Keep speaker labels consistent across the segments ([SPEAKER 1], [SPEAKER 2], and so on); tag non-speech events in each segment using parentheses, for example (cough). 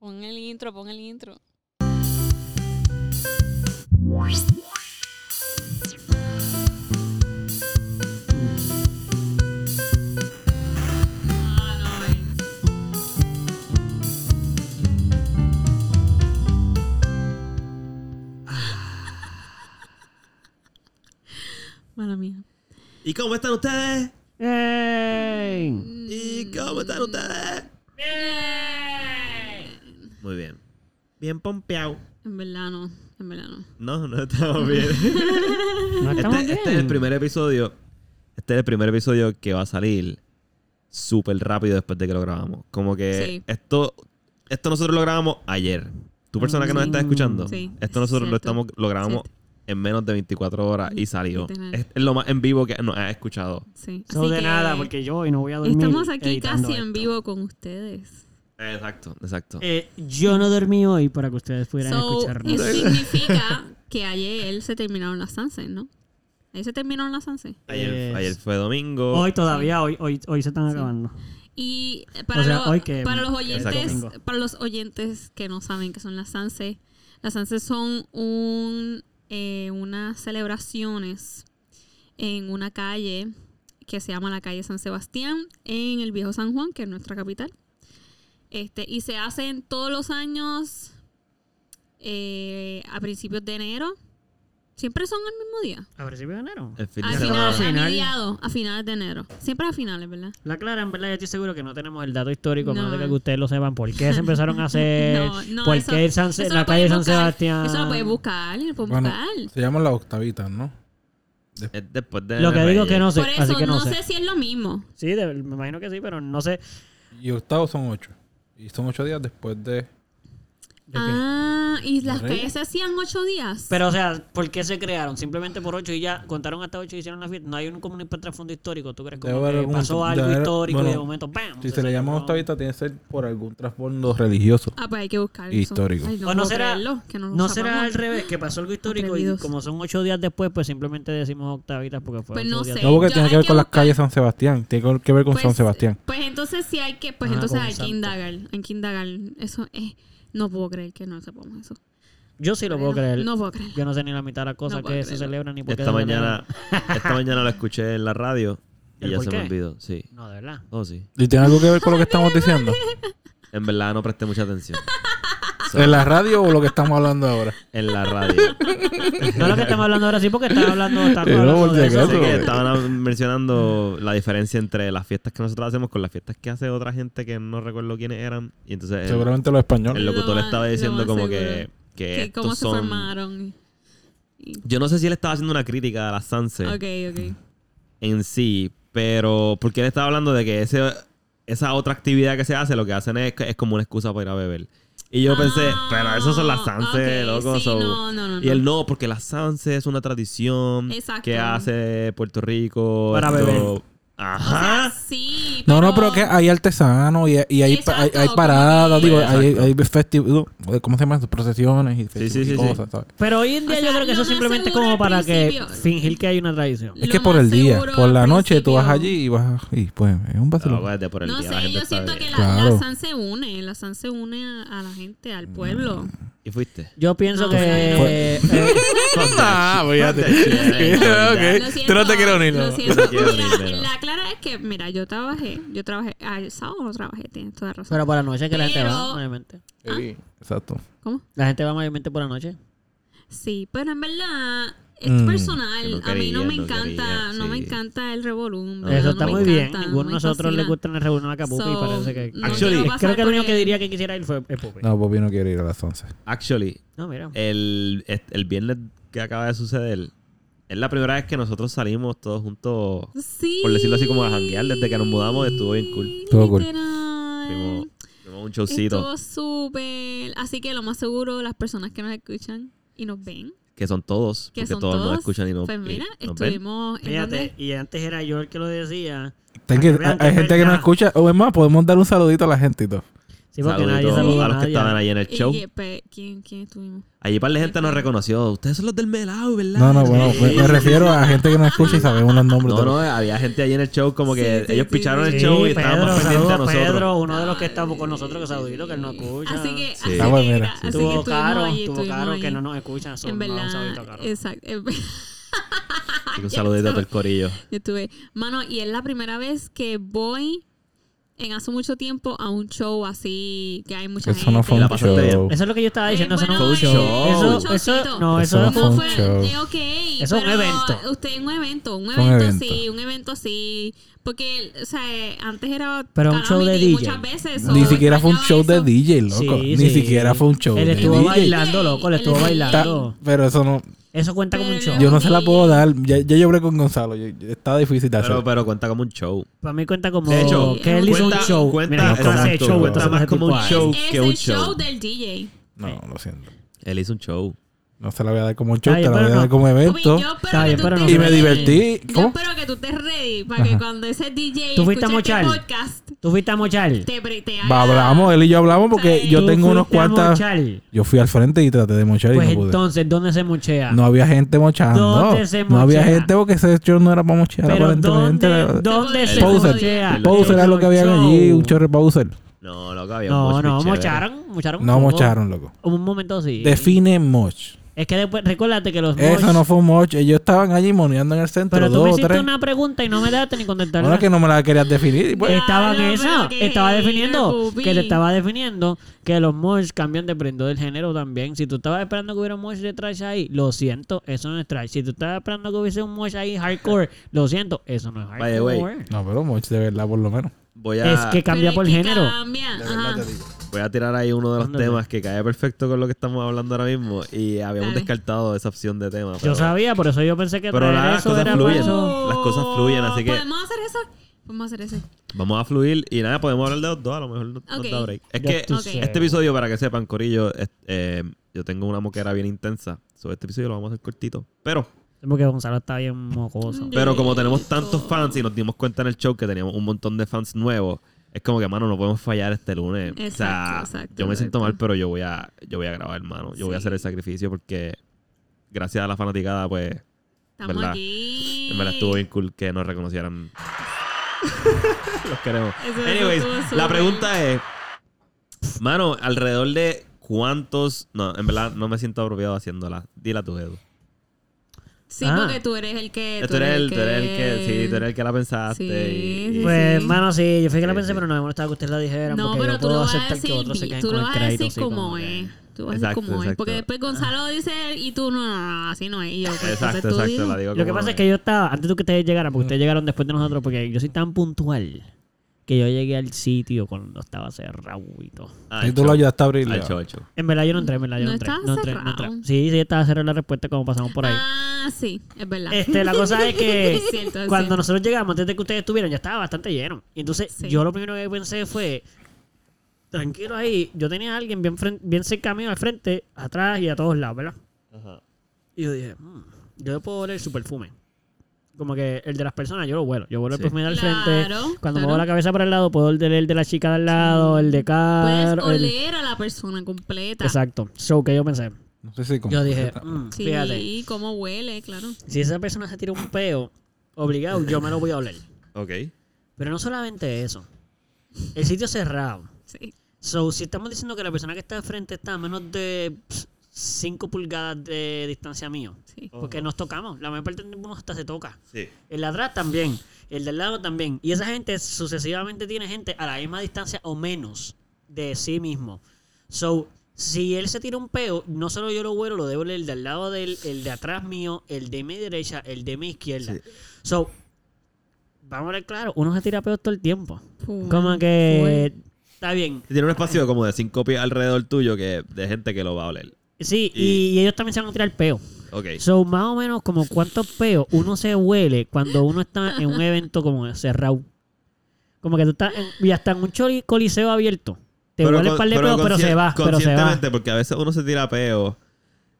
[SPEAKER 1] Pon el intro, pon el intro. Mala mía.
[SPEAKER 2] ¿Y cómo están ustedes?
[SPEAKER 3] ¡Ey!
[SPEAKER 2] ¿Y cómo están ustedes? Muy bien. Bien pompeado.
[SPEAKER 1] En verdad no, en verdad no.
[SPEAKER 2] No, no estamos bien.
[SPEAKER 3] No (laughs) estamos
[SPEAKER 2] Este, este es
[SPEAKER 3] bien.
[SPEAKER 2] el primer episodio. Este es el primer episodio que va a salir súper rápido después de que lo grabamos. Como que
[SPEAKER 1] Sí.
[SPEAKER 2] esto, esto nosotros lo grabamos ayer. Tu persona que nos
[SPEAKER 1] Sí.
[SPEAKER 3] Mm.
[SPEAKER 2] está escuchando,
[SPEAKER 1] Sí,
[SPEAKER 2] esto nosotros lo
[SPEAKER 1] cierto.
[SPEAKER 2] estamos, lo grabamos
[SPEAKER 1] Cierto.
[SPEAKER 2] en menos de 24 horas y salió.
[SPEAKER 1] Literal.
[SPEAKER 2] Es, es lo más en vivo que nos ha escuchado.
[SPEAKER 1] Sí.
[SPEAKER 3] So
[SPEAKER 1] Así
[SPEAKER 3] de
[SPEAKER 1] que
[SPEAKER 3] nada, porque yo hoy no voy a dormir.
[SPEAKER 1] Estamos aquí
[SPEAKER 3] editando
[SPEAKER 1] casi en
[SPEAKER 3] esto.
[SPEAKER 1] vivo con ustedes.
[SPEAKER 2] Exacto, exacto.
[SPEAKER 3] Eh, yo no dormí hoy para que ustedes pudieran
[SPEAKER 1] So,
[SPEAKER 3] escucharnos.
[SPEAKER 1] eso
[SPEAKER 3] (laughs)
[SPEAKER 1] significa que ayer se terminaron las Sunset, ¿no? Ayer se terminaron las Sunset.
[SPEAKER 2] Ayer,
[SPEAKER 3] es-
[SPEAKER 2] ayer fue domingo.
[SPEAKER 3] Hoy todavía, hoy, hoy, hoy se están acabando.
[SPEAKER 1] Y eh, para,
[SPEAKER 3] O sea,
[SPEAKER 1] lo-
[SPEAKER 3] hoy que-
[SPEAKER 1] para los
[SPEAKER 3] que
[SPEAKER 1] oyentes,
[SPEAKER 3] domingo.
[SPEAKER 1] para los oyentes que no saben qué son las Sanse, las Sanse son un, eh, unas celebraciones en una calle que se llama la calle San Sebastián en el viejo San Juan, que es nuestra capital. Este, y se hacen todos los años eh, a principios de enero. Siempre son el mismo día.
[SPEAKER 3] ¿A principios de enero?
[SPEAKER 2] El fin de
[SPEAKER 1] A,
[SPEAKER 2] semana.
[SPEAKER 1] finales, a
[SPEAKER 3] Final.
[SPEAKER 1] mediados, a finales de enero. Siempre a finales, ¿verdad?
[SPEAKER 3] La Clara, en verdad, yo estoy seguro que no tenemos el dato histórico,
[SPEAKER 1] No.
[SPEAKER 3] más de que ustedes lo sepan. ¿Por qué se empezaron
[SPEAKER 1] (laughs)
[SPEAKER 3] a hacer?
[SPEAKER 1] No, no,
[SPEAKER 3] ¿Por
[SPEAKER 1] eso-
[SPEAKER 3] qué el San Se-
[SPEAKER 1] eso
[SPEAKER 3] la
[SPEAKER 1] lo
[SPEAKER 3] calle
[SPEAKER 1] puedes
[SPEAKER 3] San
[SPEAKER 1] buscar.
[SPEAKER 3] Sebastián?
[SPEAKER 1] Eso lo puedes buscar, lo puedes
[SPEAKER 4] Bueno,
[SPEAKER 1] buscar.
[SPEAKER 4] se llaman las octavitas, ¿no?
[SPEAKER 2] Es después de
[SPEAKER 3] Lo que digo que no sé,
[SPEAKER 1] Por eso,
[SPEAKER 3] así que no,
[SPEAKER 1] no
[SPEAKER 3] sé.
[SPEAKER 1] sé. si es lo mismo.
[SPEAKER 3] Sí, de- me imagino que sí, pero no sé.
[SPEAKER 4] Y octavos son ocho. Y son ocho días después de.
[SPEAKER 3] ¿De qué?
[SPEAKER 1] Ah, y las
[SPEAKER 4] ¿Reyes?
[SPEAKER 1] calles se hacían ocho días.
[SPEAKER 3] Pero, o sea, ¿por qué se crearon? Simplemente por ocho y ya contaron hasta ocho y hicieron la fiesta. No hay un, como un trasfondo histórico. ¿Tú crees como
[SPEAKER 4] Debe
[SPEAKER 3] que
[SPEAKER 4] haber algún-
[SPEAKER 3] pasó algo
[SPEAKER 4] debe haber-
[SPEAKER 3] histórico y de
[SPEAKER 4] bueno,
[SPEAKER 3] momento ¡pam!
[SPEAKER 4] Si se le llama
[SPEAKER 3] llamó
[SPEAKER 4] octavita, tiene que ser por algún trasfondo religioso.
[SPEAKER 1] ah, pues hay que buscar
[SPEAKER 4] Histórico.
[SPEAKER 1] Ay, no,
[SPEAKER 3] O Pues no
[SPEAKER 1] puedo
[SPEAKER 3] será,
[SPEAKER 1] creerlo, que no, lo
[SPEAKER 3] no será
[SPEAKER 1] sepamos.
[SPEAKER 3] al revés, que pasó algo histórico
[SPEAKER 1] Atrevidos.
[SPEAKER 3] y como son ocho días después, pues simplemente decimos octavitas porque fue
[SPEAKER 1] Pues
[SPEAKER 3] ocho
[SPEAKER 1] no
[SPEAKER 3] días
[SPEAKER 1] sé.
[SPEAKER 4] No, porque
[SPEAKER 1] yo-
[SPEAKER 4] tiene que
[SPEAKER 1] hay
[SPEAKER 4] ver
[SPEAKER 1] que
[SPEAKER 4] con las
[SPEAKER 1] buscar-
[SPEAKER 4] calles San Sebastián. Tiene que- que ver con
[SPEAKER 1] Pues,
[SPEAKER 4] San Sebaán.
[SPEAKER 1] Pues entonces sí hay que, pues
[SPEAKER 3] Ah,
[SPEAKER 1] entonces
[SPEAKER 3] como
[SPEAKER 1] hay que
[SPEAKER 3] santo.
[SPEAKER 1] indagar, hay que indagar. Eso es, no puedo creer que no sepamos eso.
[SPEAKER 3] después. Yo sí lo puedo creer.
[SPEAKER 1] No puedo creer.
[SPEAKER 3] Yo no sé ni la mitad de las cosas
[SPEAKER 1] No puedo
[SPEAKER 3] que se
[SPEAKER 1] creerlo.
[SPEAKER 3] celebran ni por qué.
[SPEAKER 2] Esta
[SPEAKER 3] se
[SPEAKER 2] mañana, (laughs) esta mañana lo escuché en la radio y
[SPEAKER 3] ¿El
[SPEAKER 2] ya
[SPEAKER 3] por
[SPEAKER 2] se me
[SPEAKER 3] qué?
[SPEAKER 2] olvidó. Sí.
[SPEAKER 3] celebran. No, de verdad.
[SPEAKER 2] Oh, sí.
[SPEAKER 4] ¿Y tiene algo que
[SPEAKER 1] (laughs)
[SPEAKER 4] ver con lo que estamos diciendo?
[SPEAKER 2] En verdad no presté mucha atención.
[SPEAKER 4] ¿En la radio o lo que estamos hablando ahora?
[SPEAKER 2] En la
[SPEAKER 3] (laughs)
[SPEAKER 2] radio.
[SPEAKER 3] No lo que estamos hablando ahora sí, porque estamos hablando,
[SPEAKER 4] (laughs)
[SPEAKER 3] estamos
[SPEAKER 4] Eh, no,
[SPEAKER 3] hablando
[SPEAKER 4] por
[SPEAKER 3] de
[SPEAKER 4] si
[SPEAKER 3] eso.
[SPEAKER 2] Así
[SPEAKER 4] acaso.
[SPEAKER 2] que estaban mencionando la diferencia entre las fiestas que nosotros hacemos con las fiestas que hace otra gente que no recuerdo quiénes eran. Y entonces el,
[SPEAKER 4] (laughs) Seguramente
[SPEAKER 2] el
[SPEAKER 4] los españoles.
[SPEAKER 2] locutor
[SPEAKER 1] Lo más-
[SPEAKER 2] estaba
[SPEAKER 1] lo
[SPEAKER 2] diciendo
[SPEAKER 1] más
[SPEAKER 2] como
[SPEAKER 1] seguro.
[SPEAKER 2] que, que
[SPEAKER 1] Que
[SPEAKER 2] estos
[SPEAKER 1] cómo se
[SPEAKER 2] son-
[SPEAKER 1] formaron.
[SPEAKER 2] Yo no sé si él estaba haciendo una crítica a las Sanse
[SPEAKER 1] Ok, ok.
[SPEAKER 2] en sí, pero porque él estaba hablando de que ese, esa otra actividad que se hace, lo que hacen es, es como una excusa para ir a beber. Y yo pensé,
[SPEAKER 1] Ah,
[SPEAKER 2] pero eso son las Sanse,
[SPEAKER 1] ok,
[SPEAKER 2] loco.
[SPEAKER 1] sí,
[SPEAKER 2] so-
[SPEAKER 1] no, no, no,
[SPEAKER 2] Y él
[SPEAKER 1] no.
[SPEAKER 2] no, porque la Sanse es una tradición
[SPEAKER 1] Exacto.
[SPEAKER 2] que hace Puerto Rico.
[SPEAKER 3] Para beber.
[SPEAKER 1] O sea,
[SPEAKER 2] Ajá. Ah,
[SPEAKER 1] sí,
[SPEAKER 4] No, no, pero que hay artesanos y, y hay, pa- hay,
[SPEAKER 1] Exacto,
[SPEAKER 4] hay
[SPEAKER 1] como
[SPEAKER 4] paradas,
[SPEAKER 1] que-
[SPEAKER 4] digo, hay,
[SPEAKER 2] Exacto.
[SPEAKER 4] hay festivales, ¿cómo se llama? eso? Procesiones y,
[SPEAKER 2] sí,
[SPEAKER 4] y
[SPEAKER 2] sí, sí.
[SPEAKER 4] cosas, ¿sabes?
[SPEAKER 3] Pero hoy en día
[SPEAKER 1] O sea,
[SPEAKER 3] yo creo que
[SPEAKER 1] lo
[SPEAKER 3] eso
[SPEAKER 1] más
[SPEAKER 3] simplemente es
[SPEAKER 1] seguro
[SPEAKER 3] como
[SPEAKER 1] al
[SPEAKER 3] para que
[SPEAKER 1] principio-
[SPEAKER 3] fingir que hay una tradición.
[SPEAKER 4] Es
[SPEAKER 1] Lo
[SPEAKER 4] que por
[SPEAKER 1] más
[SPEAKER 4] el día,
[SPEAKER 1] seguro
[SPEAKER 4] por
[SPEAKER 1] al
[SPEAKER 4] la noche tú vas
[SPEAKER 1] principio.
[SPEAKER 4] allí y vas y pues es un
[SPEAKER 2] No,
[SPEAKER 4] vacilón.
[SPEAKER 2] acuérdate, por el
[SPEAKER 1] No
[SPEAKER 2] día la
[SPEAKER 1] sé,
[SPEAKER 2] gente
[SPEAKER 1] yo
[SPEAKER 2] está
[SPEAKER 1] siento que
[SPEAKER 2] bien.
[SPEAKER 1] la,
[SPEAKER 4] Claro.
[SPEAKER 1] la San se une, la San se une a, a la gente,
[SPEAKER 2] Mm.
[SPEAKER 1] al pueblo.
[SPEAKER 2] Y fuiste.
[SPEAKER 3] Yo pienso
[SPEAKER 1] No,
[SPEAKER 3] que.
[SPEAKER 1] no.
[SPEAKER 3] (laughs) eh,
[SPEAKER 4] Ah, fíjate.
[SPEAKER 2] Ok.
[SPEAKER 1] Lo siento,
[SPEAKER 4] Tú no te quiero unir,
[SPEAKER 1] lo
[SPEAKER 4] ¿no?
[SPEAKER 1] siento.
[SPEAKER 2] No te quiero
[SPEAKER 1] Mira,
[SPEAKER 2] unir, pero-
[SPEAKER 1] La clara es que, mira, yo trabajé, yo trabajé, ah, el sábado no trabajé, tienes toda razón.
[SPEAKER 3] pero por la noche que la gente va,
[SPEAKER 1] Pero-
[SPEAKER 3] obviamente.
[SPEAKER 4] Sí, Exacto.
[SPEAKER 1] ¿Cómo?
[SPEAKER 3] La gente va mayormente por la noche.
[SPEAKER 1] Sí, pero en verdad es
[SPEAKER 4] Mm.
[SPEAKER 1] personal.
[SPEAKER 2] Yo no
[SPEAKER 1] a mí no
[SPEAKER 2] quería,
[SPEAKER 1] me
[SPEAKER 2] no
[SPEAKER 1] encanta,
[SPEAKER 2] quería,
[SPEAKER 1] no me
[SPEAKER 2] sí.
[SPEAKER 1] encanta el revolum.
[SPEAKER 2] Eso
[SPEAKER 3] Eso
[SPEAKER 2] no
[SPEAKER 3] está
[SPEAKER 2] me
[SPEAKER 3] muy bien.
[SPEAKER 1] encanta,
[SPEAKER 3] Ninguno de
[SPEAKER 1] no me
[SPEAKER 3] nosotros le
[SPEAKER 1] fascina.
[SPEAKER 3] gusta el reunión a Capupi
[SPEAKER 1] So,
[SPEAKER 3] y parece que.
[SPEAKER 1] no
[SPEAKER 2] Actually,
[SPEAKER 1] quiero pasar
[SPEAKER 3] creo que el
[SPEAKER 1] por
[SPEAKER 3] único que
[SPEAKER 1] el-
[SPEAKER 3] diría que quisiera ir fue el Pupi. No,
[SPEAKER 4] No, Bobby no quiere ir a las 11.
[SPEAKER 2] Actually,
[SPEAKER 3] mira.
[SPEAKER 2] Eh, el, est- el viernes que acaba de suceder, es la primera vez que nosotros salimos todos juntos.
[SPEAKER 1] Sí.
[SPEAKER 2] por decirlo así, como a janguear, desde que nos mudamos, estuvo bien cool.
[SPEAKER 4] Estuvo cool.
[SPEAKER 1] Literal.
[SPEAKER 2] Fuimos, fuimos a un showcito
[SPEAKER 1] Mm. Estuvo súper. Así que lo más seguro, las personas que nos escuchan y nos ven,
[SPEAKER 2] que son todos,
[SPEAKER 1] que
[SPEAKER 2] porque
[SPEAKER 1] son
[SPEAKER 2] todos,
[SPEAKER 1] todos,
[SPEAKER 2] nos escuchan y no
[SPEAKER 1] pues mira,
[SPEAKER 2] y nos ven.
[SPEAKER 1] estuvimos en
[SPEAKER 3] Fíjate,
[SPEAKER 1] donde-
[SPEAKER 3] y antes era yo el que lo decía.
[SPEAKER 4] Ten que-
[SPEAKER 3] Para que vean
[SPEAKER 4] hay
[SPEAKER 3] que
[SPEAKER 4] gente que no
[SPEAKER 3] ya.
[SPEAKER 4] escucha. O es más, podemos dar un saludito a la gente y todo.
[SPEAKER 3] Sí, porque nadie
[SPEAKER 2] Saluditos
[SPEAKER 3] saludó
[SPEAKER 2] a
[SPEAKER 3] a
[SPEAKER 2] los que
[SPEAKER 3] nadie.
[SPEAKER 2] estaban ahí en el
[SPEAKER 1] Y
[SPEAKER 2] show.
[SPEAKER 1] que, pe- ¿quién, ¿Quién estuvimos?
[SPEAKER 2] Allí par de gente nos reconoció. Ustedes son los del Melao, ¿verdad?
[SPEAKER 4] No, no, bueno, me, me refiero a gente que no escucha y sabemos los nombres.
[SPEAKER 2] No,
[SPEAKER 4] de
[SPEAKER 2] no,
[SPEAKER 4] los-
[SPEAKER 2] había gente allí en el show como que
[SPEAKER 1] Sí, sí,
[SPEAKER 2] ellos
[SPEAKER 1] sí,
[SPEAKER 2] picharon
[SPEAKER 1] sí.
[SPEAKER 2] el show y
[SPEAKER 3] Sí,
[SPEAKER 2] estaban más
[SPEAKER 3] Pedro,
[SPEAKER 2] pendientes
[SPEAKER 3] saludos
[SPEAKER 2] a
[SPEAKER 3] a
[SPEAKER 2] nosotros.
[SPEAKER 3] Pedro, uno de los que está con nosotros, que saludito, que él no escucha.
[SPEAKER 1] Así que,
[SPEAKER 2] Sí.
[SPEAKER 1] así
[SPEAKER 4] Ah, bueno,
[SPEAKER 1] que,
[SPEAKER 4] mira,
[SPEAKER 1] era,
[SPEAKER 4] sí.
[SPEAKER 1] así que
[SPEAKER 3] Estuvo
[SPEAKER 1] estuvimos
[SPEAKER 3] caro,
[SPEAKER 1] ahí,
[SPEAKER 3] estuvo
[SPEAKER 1] estuvimos
[SPEAKER 3] caro
[SPEAKER 1] ahí.
[SPEAKER 3] que no nos escucha.
[SPEAKER 1] En verdad,
[SPEAKER 3] caro.
[SPEAKER 1] exacto. en ver- (laughs)
[SPEAKER 2] Un saludito a todo el corillo.
[SPEAKER 1] Yo estuve, mano, y es la primera vez que voy en hace mucho tiempo a un show así que hay mucha
[SPEAKER 4] Eso
[SPEAKER 1] gente.
[SPEAKER 4] no fue
[SPEAKER 2] Y la
[SPEAKER 4] un
[SPEAKER 2] pasaste
[SPEAKER 4] show.
[SPEAKER 3] Eso es lo que yo estaba diciendo.
[SPEAKER 1] Eh,
[SPEAKER 3] eso no
[SPEAKER 1] bueno,
[SPEAKER 2] fue un
[SPEAKER 1] eh,
[SPEAKER 2] show.
[SPEAKER 1] un
[SPEAKER 3] Eso, eso,
[SPEAKER 1] showcito.
[SPEAKER 3] no, eso,
[SPEAKER 4] Eso
[SPEAKER 3] fue
[SPEAKER 1] No
[SPEAKER 4] un
[SPEAKER 1] fue,
[SPEAKER 4] show.
[SPEAKER 1] eh, ok,
[SPEAKER 3] Eso es un
[SPEAKER 1] pero
[SPEAKER 3] evento.
[SPEAKER 1] Usted un evento, un
[SPEAKER 4] Fue un
[SPEAKER 1] evento,
[SPEAKER 4] evento.
[SPEAKER 1] sí, un evento así. Porque, o sea, eh, antes era.
[SPEAKER 3] Pero un show de
[SPEAKER 1] calamity
[SPEAKER 3] DJ.
[SPEAKER 1] Muchas veces.
[SPEAKER 4] Ni
[SPEAKER 1] o
[SPEAKER 4] siquiera fue un
[SPEAKER 1] extrañaba
[SPEAKER 4] show de
[SPEAKER 1] eso.
[SPEAKER 4] DJ, loco.
[SPEAKER 3] Sí,
[SPEAKER 4] Ni
[SPEAKER 3] sí.
[SPEAKER 4] siquiera fue un show
[SPEAKER 3] Él
[SPEAKER 4] de
[SPEAKER 3] estuvo
[SPEAKER 4] DJ.
[SPEAKER 3] bailando, loco. Él
[SPEAKER 1] Él
[SPEAKER 3] estuvo
[SPEAKER 1] estuvo
[SPEAKER 4] Ta-
[SPEAKER 3] bailando.
[SPEAKER 4] pero eso no.
[SPEAKER 3] Eso cuenta como un
[SPEAKER 1] Pero-
[SPEAKER 3] show.
[SPEAKER 4] Yo no se la puedo dar. Ya, ya yo hablé con Gonzalo. yo- yo- está difícil de hacer.
[SPEAKER 2] Pero, pero cuenta como un show.
[SPEAKER 3] Para mí cuenta como
[SPEAKER 2] De hecho,
[SPEAKER 3] que él hizo un
[SPEAKER 2] cuenta-
[SPEAKER 3] show.
[SPEAKER 2] cuenta-
[SPEAKER 3] Mira, yo clase de
[SPEAKER 4] exacto,
[SPEAKER 3] show,
[SPEAKER 4] cuenta
[SPEAKER 3] entonces
[SPEAKER 2] más
[SPEAKER 3] ese
[SPEAKER 2] como
[SPEAKER 3] tipo
[SPEAKER 2] un
[SPEAKER 3] ahí.
[SPEAKER 2] show.
[SPEAKER 1] Es
[SPEAKER 2] que un
[SPEAKER 1] el show.
[SPEAKER 2] show.
[SPEAKER 1] del DJ.
[SPEAKER 4] No, lo siento.
[SPEAKER 2] Él hizo un show.
[SPEAKER 4] No se la voy a dar como un show,
[SPEAKER 3] Está
[SPEAKER 4] te la
[SPEAKER 3] bien,
[SPEAKER 4] voy a
[SPEAKER 3] pero
[SPEAKER 4] dar
[SPEAKER 3] no.
[SPEAKER 4] como evento.
[SPEAKER 1] Yo espero
[SPEAKER 3] Está
[SPEAKER 1] que
[SPEAKER 3] bien,
[SPEAKER 1] tú
[SPEAKER 3] pero no
[SPEAKER 1] estés
[SPEAKER 4] Y me
[SPEAKER 1] ready.
[SPEAKER 4] divertí.
[SPEAKER 1] Yo
[SPEAKER 4] ¿Cómo?
[SPEAKER 1] espero que tú estés ready para que
[SPEAKER 4] Ajá.
[SPEAKER 1] cuando ese DJ
[SPEAKER 3] ¿Tú fuiste a
[SPEAKER 1] escuche este
[SPEAKER 3] mochar?
[SPEAKER 1] podcast,
[SPEAKER 3] Tú fuiste a mochar.
[SPEAKER 1] te, pre- te haga...
[SPEAKER 4] Va, hablamos, él y yo hablamos porque
[SPEAKER 1] Sí.
[SPEAKER 4] yo
[SPEAKER 3] Tú
[SPEAKER 4] tengo unos
[SPEAKER 3] fuiste a
[SPEAKER 4] cuantas.
[SPEAKER 3] mochar.
[SPEAKER 4] Yo fui al frente y traté de mochar
[SPEAKER 3] Pues
[SPEAKER 4] y no pude.
[SPEAKER 3] entonces, ¿dónde se mochea?
[SPEAKER 4] No había gente mochando.
[SPEAKER 3] ¿Dónde se
[SPEAKER 4] No había
[SPEAKER 3] mochea?
[SPEAKER 4] gente porque ese show no era para mochar.
[SPEAKER 3] Pero ¿dónde,
[SPEAKER 4] aparentemente. era-
[SPEAKER 3] ¿dónde se
[SPEAKER 4] Poser.
[SPEAKER 3] mochea?
[SPEAKER 2] El
[SPEAKER 4] Bowser era lo que había allí, un chorro de Bowser.
[SPEAKER 2] No, loco, había un
[SPEAKER 3] No,
[SPEAKER 2] mosh
[SPEAKER 3] no,
[SPEAKER 2] pit chévere.
[SPEAKER 3] mocharon, mocharon. un
[SPEAKER 4] No
[SPEAKER 3] poco.
[SPEAKER 4] mocharon, loco.
[SPEAKER 3] Un momento sí.
[SPEAKER 4] Define moch.
[SPEAKER 3] Es que después, recuérdate que los
[SPEAKER 4] Eso
[SPEAKER 3] mosh-
[SPEAKER 4] no fue un moch. Ellos estaban allí moneando en el centro.
[SPEAKER 3] Pero tú
[SPEAKER 4] dos
[SPEAKER 3] me
[SPEAKER 4] o
[SPEAKER 3] hiciste
[SPEAKER 4] tres.
[SPEAKER 3] una pregunta y no me daste ni contestarla.
[SPEAKER 4] Bueno, es que no me la querías definir. y pues,
[SPEAKER 1] Eh,
[SPEAKER 3] Estaba en
[SPEAKER 1] Claro,
[SPEAKER 3] esa,
[SPEAKER 1] pero que-
[SPEAKER 3] estaba definiendo,
[SPEAKER 1] Pupi.
[SPEAKER 3] que te estaba definiendo que los mosh cambian dependiendo del género también. Si tú estabas esperando que hubiera un mosh de trash ahí, lo siento, eso no es trash. Si tú estabas esperando que hubiese un mosh ahí hardcore, lo siento, eso no es
[SPEAKER 2] By the way,
[SPEAKER 3] hardcore.
[SPEAKER 4] No, pero moch de verdad, por lo menos.
[SPEAKER 2] Voy
[SPEAKER 3] Es
[SPEAKER 2] a,
[SPEAKER 3] que
[SPEAKER 1] Pero
[SPEAKER 3] cambia
[SPEAKER 1] es
[SPEAKER 3] por
[SPEAKER 1] que
[SPEAKER 3] género.
[SPEAKER 1] Cambia. ajá.
[SPEAKER 2] voy a tirar ahí uno de los
[SPEAKER 3] Ándale.
[SPEAKER 2] temas que cae perfecto con lo que estamos hablando ahora mismo. Y habíamos
[SPEAKER 1] Dale.
[SPEAKER 2] descartado esa opción de tema. pero-
[SPEAKER 3] Yo sabía, por eso yo pensé que
[SPEAKER 2] Pero
[SPEAKER 3] traer
[SPEAKER 2] nada, las
[SPEAKER 3] eso
[SPEAKER 2] cosas
[SPEAKER 3] era para
[SPEAKER 2] fluyen.
[SPEAKER 3] eso.
[SPEAKER 2] Las cosas fluyen, así que-
[SPEAKER 1] ¿Podemos hacer eso? Podemos hacer eso.
[SPEAKER 2] Vamos a fluir y nada, podemos hablar de los dos, a lo mejor no, nos
[SPEAKER 1] Ok.
[SPEAKER 2] da break. Es
[SPEAKER 3] Ya
[SPEAKER 2] que
[SPEAKER 3] tú
[SPEAKER 1] Ok.
[SPEAKER 3] sabes.
[SPEAKER 2] este episodio, para que sepan, Corillo, es- eh, yo tengo una moquera bien intensa. Sobre este episodio lo vamos a hacer cortito. Pero,
[SPEAKER 3] Porque Gonzalo está bien mocoso.
[SPEAKER 2] pero como tenemos
[SPEAKER 1] Listo.
[SPEAKER 2] tantos fans y nos dimos cuenta en el show que teníamos un montón de fans nuevos, es como que, mano, no podemos fallar este lunes. o sea,
[SPEAKER 1] Exacto, exacto,
[SPEAKER 2] yo me siento
[SPEAKER 1] exacto.
[SPEAKER 2] mal, pero yo voy a, yo voy a grabar, mano. Yo voy a
[SPEAKER 1] Sí.
[SPEAKER 2] hacer el sacrificio porque gracias a la fanaticada, pues,
[SPEAKER 1] Estamos
[SPEAKER 2] ¿Verdad?
[SPEAKER 1] aquí.
[SPEAKER 2] en verdad estuvo bien cool que nos reconocieran. (laughs) Los queremos.
[SPEAKER 1] Eso- eso
[SPEAKER 2] Anyways,
[SPEAKER 1] estuvo súper.
[SPEAKER 2] la pregunta es, mano, alrededor de cuántos, no, en verdad no me siento apropiado haciéndola. Dila tú, Edu.
[SPEAKER 1] Sí,
[SPEAKER 3] Ah.
[SPEAKER 1] porque tú eres el que.
[SPEAKER 2] Eh, Tú eres el, tú eres el que, sí, tú eres el que la pensaste.
[SPEAKER 1] Sí,
[SPEAKER 2] y-
[SPEAKER 1] sí,
[SPEAKER 3] Pues,
[SPEAKER 1] sí.
[SPEAKER 3] mano, sí, yo fui que la
[SPEAKER 2] Sí,
[SPEAKER 3] pensé,
[SPEAKER 2] sí.
[SPEAKER 3] pero no me molestaba que ustedes la dijeran.
[SPEAKER 1] No,
[SPEAKER 3] porque
[SPEAKER 1] pero
[SPEAKER 3] yo
[SPEAKER 1] tú lo
[SPEAKER 3] puedo
[SPEAKER 1] vas a
[SPEAKER 3] aceptar que otros se
[SPEAKER 1] decir,
[SPEAKER 3] queden
[SPEAKER 1] tú
[SPEAKER 3] con
[SPEAKER 1] lo
[SPEAKER 3] el
[SPEAKER 1] vas a
[SPEAKER 3] crédito.
[SPEAKER 1] decir
[SPEAKER 3] sí,
[SPEAKER 1] como
[SPEAKER 3] que-
[SPEAKER 1] es. Tú vas a decir
[SPEAKER 2] Exacto,
[SPEAKER 1] como es.
[SPEAKER 2] exacto.
[SPEAKER 1] Porque después Gonzalo dice y tú no, no, no, así no es. Y yo, pues,
[SPEAKER 2] Exacto,
[SPEAKER 1] entonces tú
[SPEAKER 2] exacto,
[SPEAKER 1] dices,
[SPEAKER 2] la digo
[SPEAKER 3] Lo que
[SPEAKER 2] como
[SPEAKER 3] pasa es
[SPEAKER 2] es.
[SPEAKER 3] que yo estaba, antes de que ustedes llegaran, porque ustedes llegaron después de nosotros, porque yo soy tan puntual que yo llegué al sitio cuando estaba cerrado y todo.
[SPEAKER 2] Ah,
[SPEAKER 4] Si
[SPEAKER 2] el
[SPEAKER 4] tú lo
[SPEAKER 2] show.
[SPEAKER 4] ayudaste a abrirla.
[SPEAKER 2] Al chocho.
[SPEAKER 3] En verdad yo no entré, en verdad yo no,
[SPEAKER 1] No
[SPEAKER 3] entré.
[SPEAKER 1] estaba
[SPEAKER 3] No entré, no
[SPEAKER 1] cerrado.
[SPEAKER 3] entré. Sí, sí, estaba cerrada la respuesta cuando pasamos por ahí.
[SPEAKER 1] Ah, sí, es verdad. (laughs)
[SPEAKER 3] Este, la cosa es que
[SPEAKER 1] Es cierto, es
[SPEAKER 3] cuando
[SPEAKER 1] cierto.
[SPEAKER 3] nosotros llegamos, antes de que ustedes estuvieran, ya estaba bastante lleno. Y entonces
[SPEAKER 1] Sí.
[SPEAKER 3] yo lo primero que pensé fue, tranquilo ahí, yo tenía a alguien bien, fren- bien cerca mío al frente, atrás y a todos lados, ¿verdad?
[SPEAKER 2] Ajá.
[SPEAKER 3] Y yo dije, "Mm, yo puedo oler su perfume. Como que el de las personas, yo lo vuelo. Yo vuelo
[SPEAKER 2] Sí.
[SPEAKER 3] el perfume del
[SPEAKER 1] Claro,
[SPEAKER 3] frente. Cuando me
[SPEAKER 1] claro.
[SPEAKER 3] muevo la cabeza para el lado, puedo oler el de la chica de al lado, el de
[SPEAKER 1] Puedes
[SPEAKER 3] Car. el-
[SPEAKER 1] oler a la persona completa.
[SPEAKER 3] Exacto. So que yo pensé.
[SPEAKER 4] No sé si como-
[SPEAKER 3] Yo dije, "Mm,
[SPEAKER 1] Sí,
[SPEAKER 3] fíjate,
[SPEAKER 1] cómo huele, claro.
[SPEAKER 3] si esa persona se tira un peo, obligado, yo me lo voy a oler.
[SPEAKER 2] Ok.
[SPEAKER 3] Pero no solamente eso. El sitio cerrado.
[SPEAKER 1] Sí.
[SPEAKER 3] So, si estamos diciendo que la persona que está de frente está a menos de 5 pulgadas de distancia mío.
[SPEAKER 1] Sí.
[SPEAKER 3] Porque nos tocamos. La mayor parte de uno hasta se toca.
[SPEAKER 2] Sí.
[SPEAKER 3] El de atrás también. El del lado también. Y esa gente sucesivamente tiene gente a la misma distancia o menos de sí mismo. So, si él se tira un peo, no solo yo lo huelo, lo debo el del lado del, el de atrás mío, el de mi derecha, el de mi izquierda. So, vamos a ver claro, uno se tira peos todo el tiempo.
[SPEAKER 1] Full,
[SPEAKER 3] Como que está bien.
[SPEAKER 2] Tiene un espacio como de cinco pies alrededor tuyo que de gente que lo va a oler.
[SPEAKER 3] Sí, y, y ellos también se van a tirar peo.
[SPEAKER 2] Ok.
[SPEAKER 3] So, más o menos como cuántos peos uno se huele cuando uno está en un evento como cerrado. Como que tú estás en- y hasta en un choli- coliseo abierto. Te huele
[SPEAKER 2] con-
[SPEAKER 3] par de peos, pero
[SPEAKER 2] consci-
[SPEAKER 3] se va, pero se va.
[SPEAKER 2] conscientemente, porque a veces uno se tira peo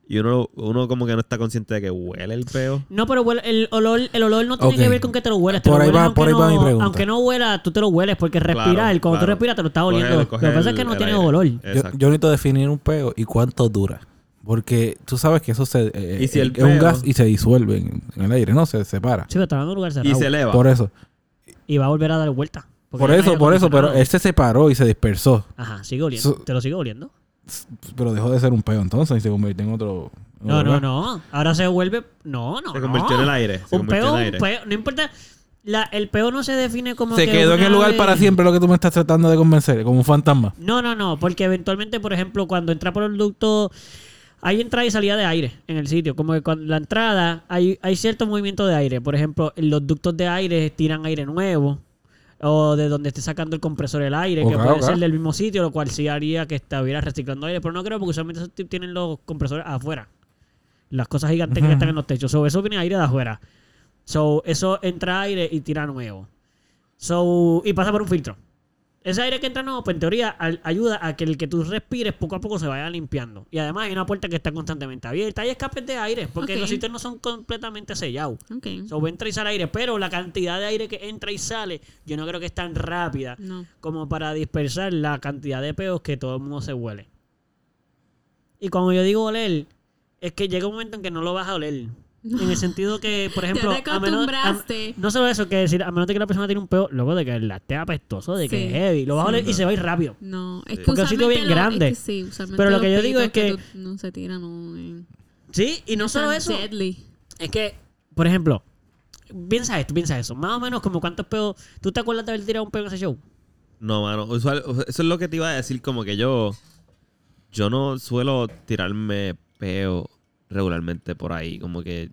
[SPEAKER 2] Y uno, uno como que no está consciente de que huele el peo.
[SPEAKER 3] No, pero huele- el olor, el olor no tiene
[SPEAKER 4] Ok.
[SPEAKER 3] que ver con que te lo hueles. Te
[SPEAKER 4] Por
[SPEAKER 3] lo
[SPEAKER 4] ahí
[SPEAKER 3] hueles
[SPEAKER 4] va-
[SPEAKER 3] aunque
[SPEAKER 4] por ahí va
[SPEAKER 3] no-
[SPEAKER 4] mi pregunta.
[SPEAKER 3] Aunque no huela, tú te lo hueles porque respirar.
[SPEAKER 2] Claro,
[SPEAKER 3] cuando tú
[SPEAKER 2] claro.
[SPEAKER 3] respiras, te lo estás
[SPEAKER 2] Coge-
[SPEAKER 3] oliendo.
[SPEAKER 2] coge
[SPEAKER 3] lo que pasa
[SPEAKER 2] el-
[SPEAKER 3] es que no
[SPEAKER 2] el
[SPEAKER 3] tiene
[SPEAKER 2] aire.
[SPEAKER 3] olor.
[SPEAKER 4] Yo,
[SPEAKER 2] Exacto.
[SPEAKER 4] yo necesito definir un peo y cuánto dura. Porque tú sabes que eso se, eh,
[SPEAKER 2] Y si el
[SPEAKER 4] es un
[SPEAKER 2] peo-
[SPEAKER 4] gas y se disuelve en, en el aire, no se separa.
[SPEAKER 3] Sí, pero está dando lugar cerrado.
[SPEAKER 2] y
[SPEAKER 3] Y,
[SPEAKER 2] se eleva.
[SPEAKER 4] Por eso,
[SPEAKER 3] va a volver a dar vuelta. porque
[SPEAKER 4] por
[SPEAKER 3] hay
[SPEAKER 4] eso,
[SPEAKER 3] aire
[SPEAKER 4] por eso, pero
[SPEAKER 3] acondicionado.
[SPEAKER 4] él se separó y se dispersó.
[SPEAKER 3] Ajá, sigue oliendo.
[SPEAKER 4] Su-
[SPEAKER 3] ¿Te lo sigue oliendo?
[SPEAKER 4] Pero dejó de ser un peo entonces y se convirtió en otro. en
[SPEAKER 3] No,
[SPEAKER 4] otro
[SPEAKER 3] no,
[SPEAKER 4] gas.
[SPEAKER 3] no. Ahora se vuelve. No, no.
[SPEAKER 2] se convirtió en el aire. Se
[SPEAKER 3] Un
[SPEAKER 2] convirtió
[SPEAKER 3] peo,
[SPEAKER 2] en
[SPEAKER 3] un
[SPEAKER 2] el aire.
[SPEAKER 3] peo. No importa. La- el peo no se define como.
[SPEAKER 4] Se
[SPEAKER 3] que
[SPEAKER 4] quedó en
[SPEAKER 3] una
[SPEAKER 4] el lugar
[SPEAKER 3] ave-
[SPEAKER 4] para siempre lo que tú me estás tratando de convencer, como un fantasma.
[SPEAKER 3] No, no, no, porque eventualmente, por ejemplo, cuando entra por el ducto, hay entrada y salida de aire en el sitio. Como que con la entrada hay, hay cierto movimiento de aire. Por ejemplo, los ductos de aire tiran aire nuevo. O de donde esté sacando el compresor el aire, que
[SPEAKER 4] Ok,
[SPEAKER 3] puede
[SPEAKER 4] ok.
[SPEAKER 3] ser del mismo sitio, lo cual sí haría que estuviera reciclando aire. Pero no creo, porque usualmente esos tip- tienen los compresores afuera. Las cosas gigantes que
[SPEAKER 4] Ujú.
[SPEAKER 3] están en los techos. So, eso viene aire de afuera. So, eso entra aire y tira nuevo. So, y pasa por un filtro. Ese aire que entra nuevo, pues en teoría al- ayuda a que el que tú respires poco a poco se vaya limpiando. Y además hay una puerta que está constantemente abierta. Hay escapes de aire, porque
[SPEAKER 1] Ok.
[SPEAKER 3] los sitios no son completamente sellados.
[SPEAKER 1] Ok.
[SPEAKER 3] So, entra y sale aire, pero la cantidad de aire que entra y sale, yo no creo que es tan rápida
[SPEAKER 1] No.
[SPEAKER 3] como para dispersar la cantidad de peos que todo el mundo se huele. Y cuando yo digo oler, es que llega un momento en que no lo vas a oler. En el sentido que, por
[SPEAKER 1] (laughs)
[SPEAKER 3] ejemplo,
[SPEAKER 1] ya te
[SPEAKER 3] a menos- a-
[SPEAKER 1] acostumbraste.
[SPEAKER 3] no solo eso, que decir, a menos de que la persona tiene un peo, luego de que la esté apestoso, de que
[SPEAKER 1] Sí.
[SPEAKER 3] es heavy, lo vas a oler y se va a ir rápido.
[SPEAKER 1] No, es que
[SPEAKER 3] Porque ha sido bien
[SPEAKER 1] usualmente lo-
[SPEAKER 3] grande.
[SPEAKER 1] es que sí, usualmente
[SPEAKER 3] Pero lo
[SPEAKER 1] los
[SPEAKER 3] que yo digo
[SPEAKER 1] pelitos
[SPEAKER 3] es que-
[SPEAKER 1] tú- no se tiran no, eh,
[SPEAKER 3] Sí, y no
[SPEAKER 1] tan
[SPEAKER 3] solo eso,
[SPEAKER 1] deadly.
[SPEAKER 3] es que, por ejemplo, piensa esto, piensa eso. Más o menos como cuántos peos. ¿Tú te acuerdas de haber tirado un peo en ese show?
[SPEAKER 2] No, mano. usual- eso es lo que te iba a decir. Como que yo. Yo no suelo tirarme peo regularmente por ahí. Como que.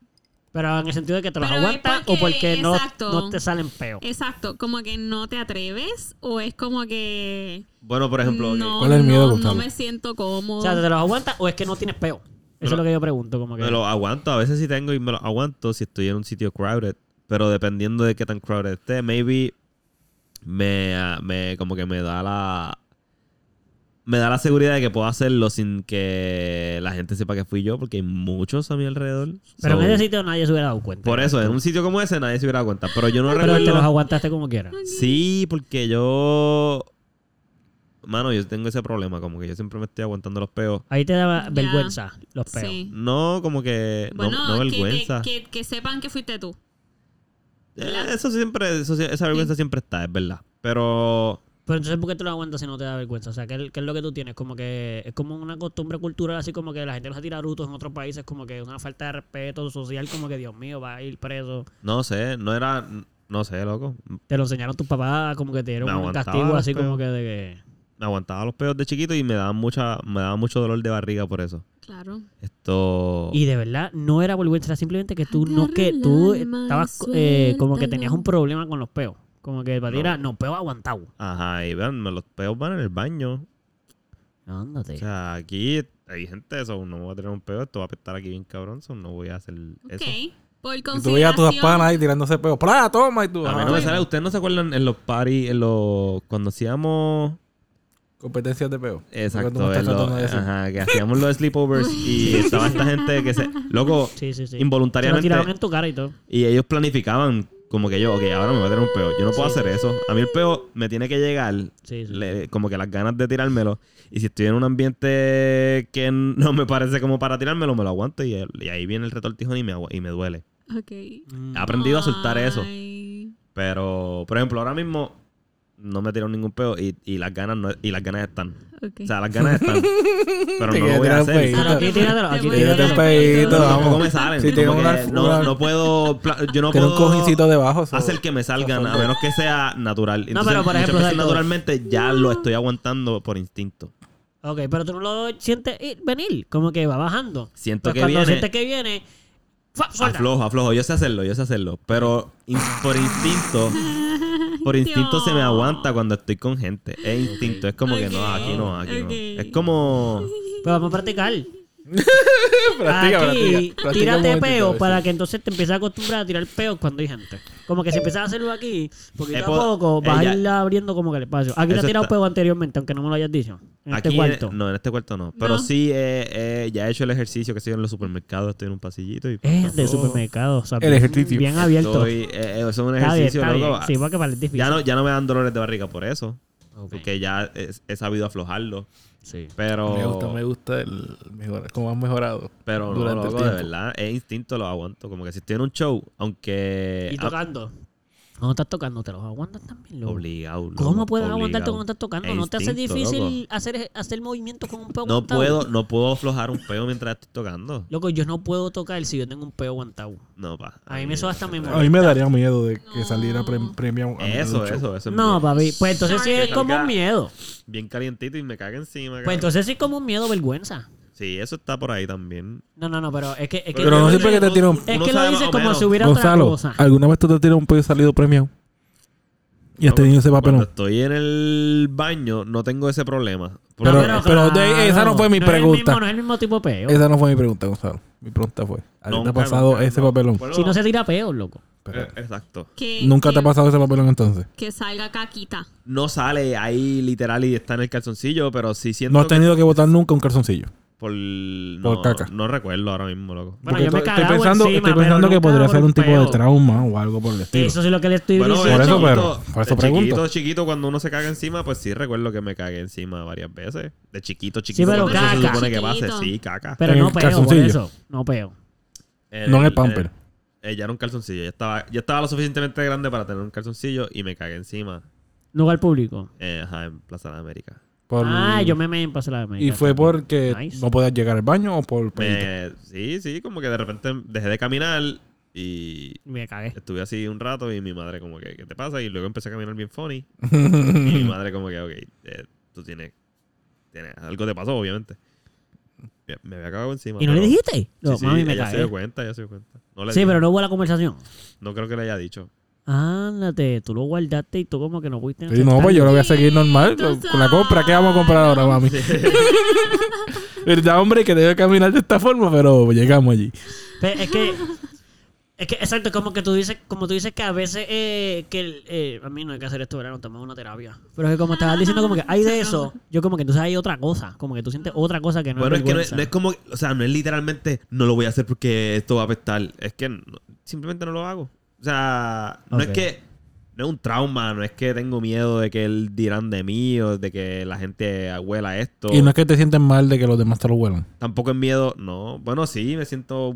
[SPEAKER 3] Pero en el sentido de que te los
[SPEAKER 1] Pero es
[SPEAKER 3] aguantas o
[SPEAKER 1] porque-
[SPEAKER 3] porque no,
[SPEAKER 1] exacto.
[SPEAKER 3] no te salen peos.
[SPEAKER 1] Exacto, como que no te atreves o es como que
[SPEAKER 2] Bueno, por ejemplo. ok,
[SPEAKER 1] no,
[SPEAKER 4] ¿Cuál es el miedo,
[SPEAKER 1] no, no
[SPEAKER 4] Gonzalo?
[SPEAKER 1] me siento cómodo.
[SPEAKER 3] O sea, ¿te los aguantas o es que no tienes peo? Eso
[SPEAKER 2] Pero-
[SPEAKER 3] es lo que yo pregunto, como que...
[SPEAKER 2] Me lo aguanto. A veces sí tengo y me lo aguanto si estoy en un sitio crowded. Pero dependiendo de qué tan crowded esté, maybe me, ah, me como que me da la. Me da la seguridad de que puedo hacerlo sin que la gente sepa que fui yo, porque hay muchos a mi alrededor.
[SPEAKER 3] Pero
[SPEAKER 2] So,
[SPEAKER 3] en ese sitio nadie se hubiera dado cuenta.
[SPEAKER 2] Por eso, en un sitio como ese nadie se hubiera dado cuenta. Pero yo no
[SPEAKER 3] (laughs) Pero te los
[SPEAKER 2] recuerdo.
[SPEAKER 3] aguantaste como quieras.
[SPEAKER 2] Sí, porque yo. Mano, yo tengo ese problema, como que yo siempre me estoy aguantando los peos.
[SPEAKER 3] Ahí te daba
[SPEAKER 1] Ya.
[SPEAKER 3] vergüenza los peos.
[SPEAKER 1] Sí.
[SPEAKER 2] No, como que. no-
[SPEAKER 1] Bueno,
[SPEAKER 2] no,
[SPEAKER 1] que- que-
[SPEAKER 2] vergüenza.
[SPEAKER 1] Que, que sepan que fuiste tú.
[SPEAKER 2] Eh, Eso siempre, eso sí- esa vergüenza siempre está, es verdad. Pero
[SPEAKER 3] Pero entonces, ¿por qué te lo aguantas si no te da vergüenza? O sea, ¿qué, qué es lo que tú tienes? Como que es como una costumbre cultural, así como que la gente los ha tirado brutos en otros países, como que una falta de respeto social, como que Dios mío, va a ir preso.
[SPEAKER 2] no sé, no era, no sé, loco.
[SPEAKER 3] Te lo enseñaron tus papás, como que te dieron
[SPEAKER 2] Me
[SPEAKER 3] un
[SPEAKER 2] aguantaba
[SPEAKER 3] castigo,
[SPEAKER 2] los
[SPEAKER 3] así
[SPEAKER 2] peos.
[SPEAKER 3] como que de que...
[SPEAKER 2] Me aguantaba los peos de chiquito y me daba mucha, me daba mucho dolor de barriga por eso.
[SPEAKER 1] Claro.
[SPEAKER 2] Esto
[SPEAKER 3] Y de verdad, no era vergüenza, era simplemente que tú
[SPEAKER 1] Agarra
[SPEAKER 3] no que
[SPEAKER 1] el
[SPEAKER 3] tú
[SPEAKER 1] alma y
[SPEAKER 3] estabas eh, como que tenías
[SPEAKER 1] suéltalo.
[SPEAKER 3] un problema con los peos. Como que para ti
[SPEAKER 2] No.
[SPEAKER 3] era, no, peo aguantado.
[SPEAKER 2] ajá, y vean, me- los peos van en el baño. O sea, aquí hay gente, eso, no voy a tener un peo, esto va a apestar aquí bien cabrón, so, no voy a hacer
[SPEAKER 1] Ok.
[SPEAKER 2] eso.
[SPEAKER 1] Por
[SPEAKER 4] Y tú veías a tus
[SPEAKER 1] consideración.
[SPEAKER 4] panas ahí tirándose peo. ¡Pla, toma! Y tú. ah,
[SPEAKER 2] A mí Ah, no me sale, ustedes no se acuerdan en los parties, en los cuando hacíamos
[SPEAKER 4] Competencias de peo. Lo que tú me
[SPEAKER 2] Exacto,
[SPEAKER 4] estás
[SPEAKER 2] es lo-
[SPEAKER 4] tratando de decir.
[SPEAKER 2] ajá, que hacíamos los sleepovers y estaba esta gente que se loco
[SPEAKER 3] Sí, sí, sí. Te lo
[SPEAKER 2] involuntariamente
[SPEAKER 3] tiraron en tu cara y todo.
[SPEAKER 2] Y ellos planificaban como que yo, ok, ahora me voy a tener un peo. Yo no puedo hacer eso. A mí el peo me tiene que llegar
[SPEAKER 3] Sí, sí.
[SPEAKER 2] le- como que las ganas de tirármelo. Y si estoy en un ambiente que (laughs) no me parece como para tirármelo, me lo aguanto y, y ahí viene el retortijón y me, agu- y me duele.
[SPEAKER 1] Ok.
[SPEAKER 2] He aprendido a soltar
[SPEAKER 1] Ay.
[SPEAKER 2] eso. Pero, por ejemplo, ahora mismo no me tiraron ningún peo y, y las ganas no- y las ganas están.
[SPEAKER 1] Ok.
[SPEAKER 2] O sea, las ganas
[SPEAKER 3] (laughs)
[SPEAKER 2] están. pero
[SPEAKER 4] Te
[SPEAKER 2] no lo
[SPEAKER 4] quería
[SPEAKER 2] voy a
[SPEAKER 4] tirar
[SPEAKER 2] hacer.
[SPEAKER 4] un peito.
[SPEAKER 1] Ahora
[SPEAKER 3] Aquí
[SPEAKER 1] te-
[SPEAKER 3] tíratelo,
[SPEAKER 1] te
[SPEAKER 3] aquí
[SPEAKER 1] voy a
[SPEAKER 3] tírate
[SPEAKER 1] dar
[SPEAKER 4] un peito,
[SPEAKER 1] peito.
[SPEAKER 4] vamos.
[SPEAKER 2] Tampoco me salen.
[SPEAKER 4] Si tiene
[SPEAKER 2] como
[SPEAKER 4] una-
[SPEAKER 2] que no,
[SPEAKER 4] una-
[SPEAKER 2] no puedo. pla- Yo no
[SPEAKER 4] Tiene un
[SPEAKER 2] puedo
[SPEAKER 4] cojincito debajo. so- (laughs)
[SPEAKER 2] hacer que me salgan, a
[SPEAKER 4] Ojo.
[SPEAKER 2] menos que sea natural. Entonces,
[SPEAKER 3] pero, por
[SPEAKER 2] muchas
[SPEAKER 3] ejemplo,
[SPEAKER 2] veces
[SPEAKER 3] exacto.
[SPEAKER 2] naturalmente ya lo estoy aguantando por instinto.
[SPEAKER 3] Ok, pero tú no lo sientes ir- venir, como que va bajando.
[SPEAKER 2] Siento
[SPEAKER 3] Pues
[SPEAKER 2] que
[SPEAKER 3] cuando
[SPEAKER 2] viene-
[SPEAKER 3] sientes que viene, ¡fua! suelta.
[SPEAKER 2] Aflojo, aflojo. Yo sé hacerlo, yo sé hacerlo. Pero in- por instinto,
[SPEAKER 3] (laughs)
[SPEAKER 2] por instinto se me aguanta cuando estoy con gente. Es instinto, es como que no,
[SPEAKER 1] Ok,
[SPEAKER 2] aquí no, aquí
[SPEAKER 1] ok.
[SPEAKER 2] no. Es como.
[SPEAKER 3] Pero Pues vamos a practicar.
[SPEAKER 4] Practica,
[SPEAKER 3] aquí,
[SPEAKER 4] practica, practica un
[SPEAKER 3] tírate
[SPEAKER 4] momentito, a
[SPEAKER 3] peo
[SPEAKER 4] ver
[SPEAKER 3] para
[SPEAKER 4] si-
[SPEAKER 3] que entonces te empieces a acostumbrar a tirar peo cuando hay gente. Como que si empiezas a hacerlo aquí, poquito
[SPEAKER 2] Eh,
[SPEAKER 3] a
[SPEAKER 2] puedo-
[SPEAKER 3] poco vas
[SPEAKER 2] ella-
[SPEAKER 3] a ir abriendo como que el espacio. Aquí te
[SPEAKER 2] Eso
[SPEAKER 3] has tirado
[SPEAKER 2] está-
[SPEAKER 3] peo anteriormente, aunque no me lo hayas dicho. En
[SPEAKER 2] Aquí
[SPEAKER 3] este cuarto.
[SPEAKER 2] no, en este cuarto no. Pero
[SPEAKER 1] No.
[SPEAKER 2] sí, eh, eh, ya he hecho el ejercicio que estoy en los supermercados, estoy en un pasillito y...
[SPEAKER 3] Es de
[SPEAKER 2] Oh,
[SPEAKER 3] supermercado, o sea,
[SPEAKER 4] El ejercicio.
[SPEAKER 3] bien abierto.
[SPEAKER 2] estoy- eh, eso es un
[SPEAKER 3] Está bien,
[SPEAKER 2] ejercicio,
[SPEAKER 3] está bien.
[SPEAKER 2] loco.
[SPEAKER 3] Sí, porque para el difícil.
[SPEAKER 2] ya, no, ya no me dan dolores de barriga por eso.
[SPEAKER 3] Ok.
[SPEAKER 2] Porque ya he, he sabido aflojarlo.
[SPEAKER 3] Sí.
[SPEAKER 2] Pero...
[SPEAKER 4] Me gusta, me gusta el mejor, cómo has mejorado.
[SPEAKER 2] Pero no,
[SPEAKER 4] durante el
[SPEAKER 2] loco, de
[SPEAKER 4] tiempo.
[SPEAKER 2] verdad, es instinto, lo aguanto. Como que si estoy en un show, aunque...
[SPEAKER 3] Y tocando. Cuando estás tocando, te los aguantas también,
[SPEAKER 2] ah,
[SPEAKER 3] loco.
[SPEAKER 2] Obligado. loco,
[SPEAKER 3] ¿Cómo puedes
[SPEAKER 2] obligado.
[SPEAKER 3] aguantarte cuando estás tocando?
[SPEAKER 2] Es
[SPEAKER 3] ¿No te hace
[SPEAKER 2] instinto,
[SPEAKER 3] difícil
[SPEAKER 2] loco.
[SPEAKER 3] hacer, hacer movimientos con un peo
[SPEAKER 2] No
[SPEAKER 3] aguantado?
[SPEAKER 2] puedo, no puedo aflojar un peo mientras estoy tocando.
[SPEAKER 3] Loco, yo no puedo tocar si yo tengo un peo aguantado.
[SPEAKER 2] No, pa.
[SPEAKER 3] A mí me suena hasta
[SPEAKER 2] me-
[SPEAKER 3] memoria.
[SPEAKER 4] A mí me daría miedo de que
[SPEAKER 1] No.
[SPEAKER 4] saliera pre- premium. a mitad
[SPEAKER 2] Eso,
[SPEAKER 4] del show.
[SPEAKER 2] eso, eso. es bien-
[SPEAKER 3] No, papi. Pues entonces sí
[SPEAKER 1] Sorry.
[SPEAKER 3] es como un miedo.
[SPEAKER 2] Bien calientito y me caga encima.
[SPEAKER 3] Pues
[SPEAKER 2] cabrón.
[SPEAKER 3] entonces sí es como un miedo vergüenza.
[SPEAKER 2] Sí, eso está por ahí también.
[SPEAKER 3] No, no, no, pero es que... Es que,
[SPEAKER 4] Pero no siempre que te tiran-
[SPEAKER 2] uno
[SPEAKER 3] es que lo
[SPEAKER 2] sabe más
[SPEAKER 3] dices
[SPEAKER 2] o
[SPEAKER 3] como
[SPEAKER 2] menos.
[SPEAKER 3] si hubiera
[SPEAKER 4] Gonzalo,
[SPEAKER 3] otra cosa.
[SPEAKER 4] ¿alguna vez tú te tiras un pollo salido premiado? Y has
[SPEAKER 2] No,
[SPEAKER 4] tenido ese
[SPEAKER 2] Cuando
[SPEAKER 4] papelón.
[SPEAKER 2] estoy en el baño, no tengo ese problema. Porque-
[SPEAKER 4] Pero- pero de- esa no fue mi
[SPEAKER 3] es el mismo-
[SPEAKER 4] pregunta.
[SPEAKER 3] no es el mismo tipo de peo.
[SPEAKER 4] Esa no fue mi pregunta, Gonzalo. Mi pregunta fue, ¿a ti te
[SPEAKER 2] nunca,
[SPEAKER 4] ha pasado
[SPEAKER 2] nunca,
[SPEAKER 4] ese
[SPEAKER 2] no.
[SPEAKER 4] papelón?
[SPEAKER 2] Bueno,
[SPEAKER 3] Si no se tira peo, loco.
[SPEAKER 4] Pero-
[SPEAKER 2] eh, Exacto.
[SPEAKER 1] Que,
[SPEAKER 4] ¿Nunca te
[SPEAKER 1] que-
[SPEAKER 4] ha pasado ese papelón entonces?
[SPEAKER 1] Que salga caquita.
[SPEAKER 2] No sale ahí literal y está en el calzoncillo, pero sí siento
[SPEAKER 4] No has
[SPEAKER 2] que
[SPEAKER 4] tenido que botar nunca un calzoncillo.
[SPEAKER 2] por... No,
[SPEAKER 4] por caca.
[SPEAKER 2] No recuerdo ahora mismo, loco.
[SPEAKER 3] Bueno,
[SPEAKER 4] Porque
[SPEAKER 3] yo me he
[SPEAKER 4] estoy-
[SPEAKER 3] cagado
[SPEAKER 4] estoy pensando,
[SPEAKER 3] encima,
[SPEAKER 4] estoy
[SPEAKER 3] pero
[SPEAKER 4] pensando que
[SPEAKER 3] nunca
[SPEAKER 4] podría
[SPEAKER 3] por
[SPEAKER 4] ser
[SPEAKER 3] un
[SPEAKER 4] un tipo de
[SPEAKER 3] peo.
[SPEAKER 4] trauma o algo por el estilo.
[SPEAKER 3] Eso sí es lo que le estoy
[SPEAKER 2] Bueno,
[SPEAKER 4] Por
[SPEAKER 2] de
[SPEAKER 3] diciendo.
[SPEAKER 4] eso,
[SPEAKER 2] chiquito-
[SPEAKER 4] pero- por eso
[SPEAKER 2] de
[SPEAKER 4] pregunto.
[SPEAKER 2] Chiquito, chiquito, cuando uno se caga encima, pues sí recuerdo que me cagué encima varias veces. De chiquito, chiquito.
[SPEAKER 3] pero
[SPEAKER 2] cuando eso se
[SPEAKER 3] caca.
[SPEAKER 2] supone que pase,
[SPEAKER 1] Chiquito.
[SPEAKER 2] sí, caca.
[SPEAKER 3] Pero
[SPEAKER 4] En el
[SPEAKER 3] no peo, por
[SPEAKER 4] calzoncillo.
[SPEAKER 3] eso. No peo.
[SPEAKER 4] No
[SPEAKER 3] eh,
[SPEAKER 4] en el pamper.
[SPEAKER 2] pamper. Ella era un calzoncillo. Eh, Ya estaba, ya estaba lo suficientemente grande para tener un calzoncillo y me cagué encima.
[SPEAKER 3] No al público.
[SPEAKER 2] eh, ajá, en Plaza de América.
[SPEAKER 4] Por-
[SPEAKER 3] Ah, yo me me en Plaza de la América.
[SPEAKER 4] ¿Y fue
[SPEAKER 3] también.
[SPEAKER 4] porque
[SPEAKER 3] Nice.
[SPEAKER 4] no podías llegar al baño o por peito?
[SPEAKER 2] Me- sí, sí, como que de repente dejé de caminar y
[SPEAKER 3] Me cagué.
[SPEAKER 2] estuve así un rato y mi madre como que, ¿qué te pasa? Y luego empecé a caminar bien funny. y
[SPEAKER 3] (laughs)
[SPEAKER 2] mi madre como que, ok, eh, tú tienes, tienes, algo te pasó, obviamente. Me- Me había cagado encima.
[SPEAKER 3] ¿Y no le
[SPEAKER 2] pero-
[SPEAKER 3] dijiste? No,
[SPEAKER 2] sí, sí,
[SPEAKER 3] mami, me
[SPEAKER 2] ella se
[SPEAKER 3] cagué.
[SPEAKER 2] dio cuenta, ella se dio cuenta. No le
[SPEAKER 3] Sí,
[SPEAKER 2] dije.
[SPEAKER 3] pero no hubo la conversación.
[SPEAKER 2] No creo que le haya dicho.
[SPEAKER 3] Ándate, tú lo guardaste y tú como que no pudiste.
[SPEAKER 4] Sí, no, pues yo lo voy a seguir normal
[SPEAKER 1] Tú
[SPEAKER 4] con la compra. ¿Qué vamos a comprar ahora, mami? (laughs) Verdad, hombre, que debe caminar de esta forma, pero llegamos allí.
[SPEAKER 3] Pero es que. Es que, exacto, como que tú dices, como tú dices que a veces eh, que el- eh, a mí no hay que hacer esto, ¿verdad? No tomamos una terapia. Pero es que como estabas diciendo como que hay de eso, yo como que entonces hay otra cosa, como que tú sientes otra cosa que no
[SPEAKER 2] bueno,
[SPEAKER 3] es
[SPEAKER 2] es que no es,
[SPEAKER 3] vergüenza.
[SPEAKER 2] no es como, o sea, no es literalmente, no lo voy a hacer porque esto va a apestar. Es que no- simplemente no lo hago. O sea, no
[SPEAKER 3] Ok.
[SPEAKER 2] es que, no es un trauma, no es que tengo miedo de que él dirán de mí o de que la gente huela esto.
[SPEAKER 4] Y no es que te sientes mal de que los demás te lo huelan.
[SPEAKER 2] Tampoco es miedo, no. Bueno, sí, me siento...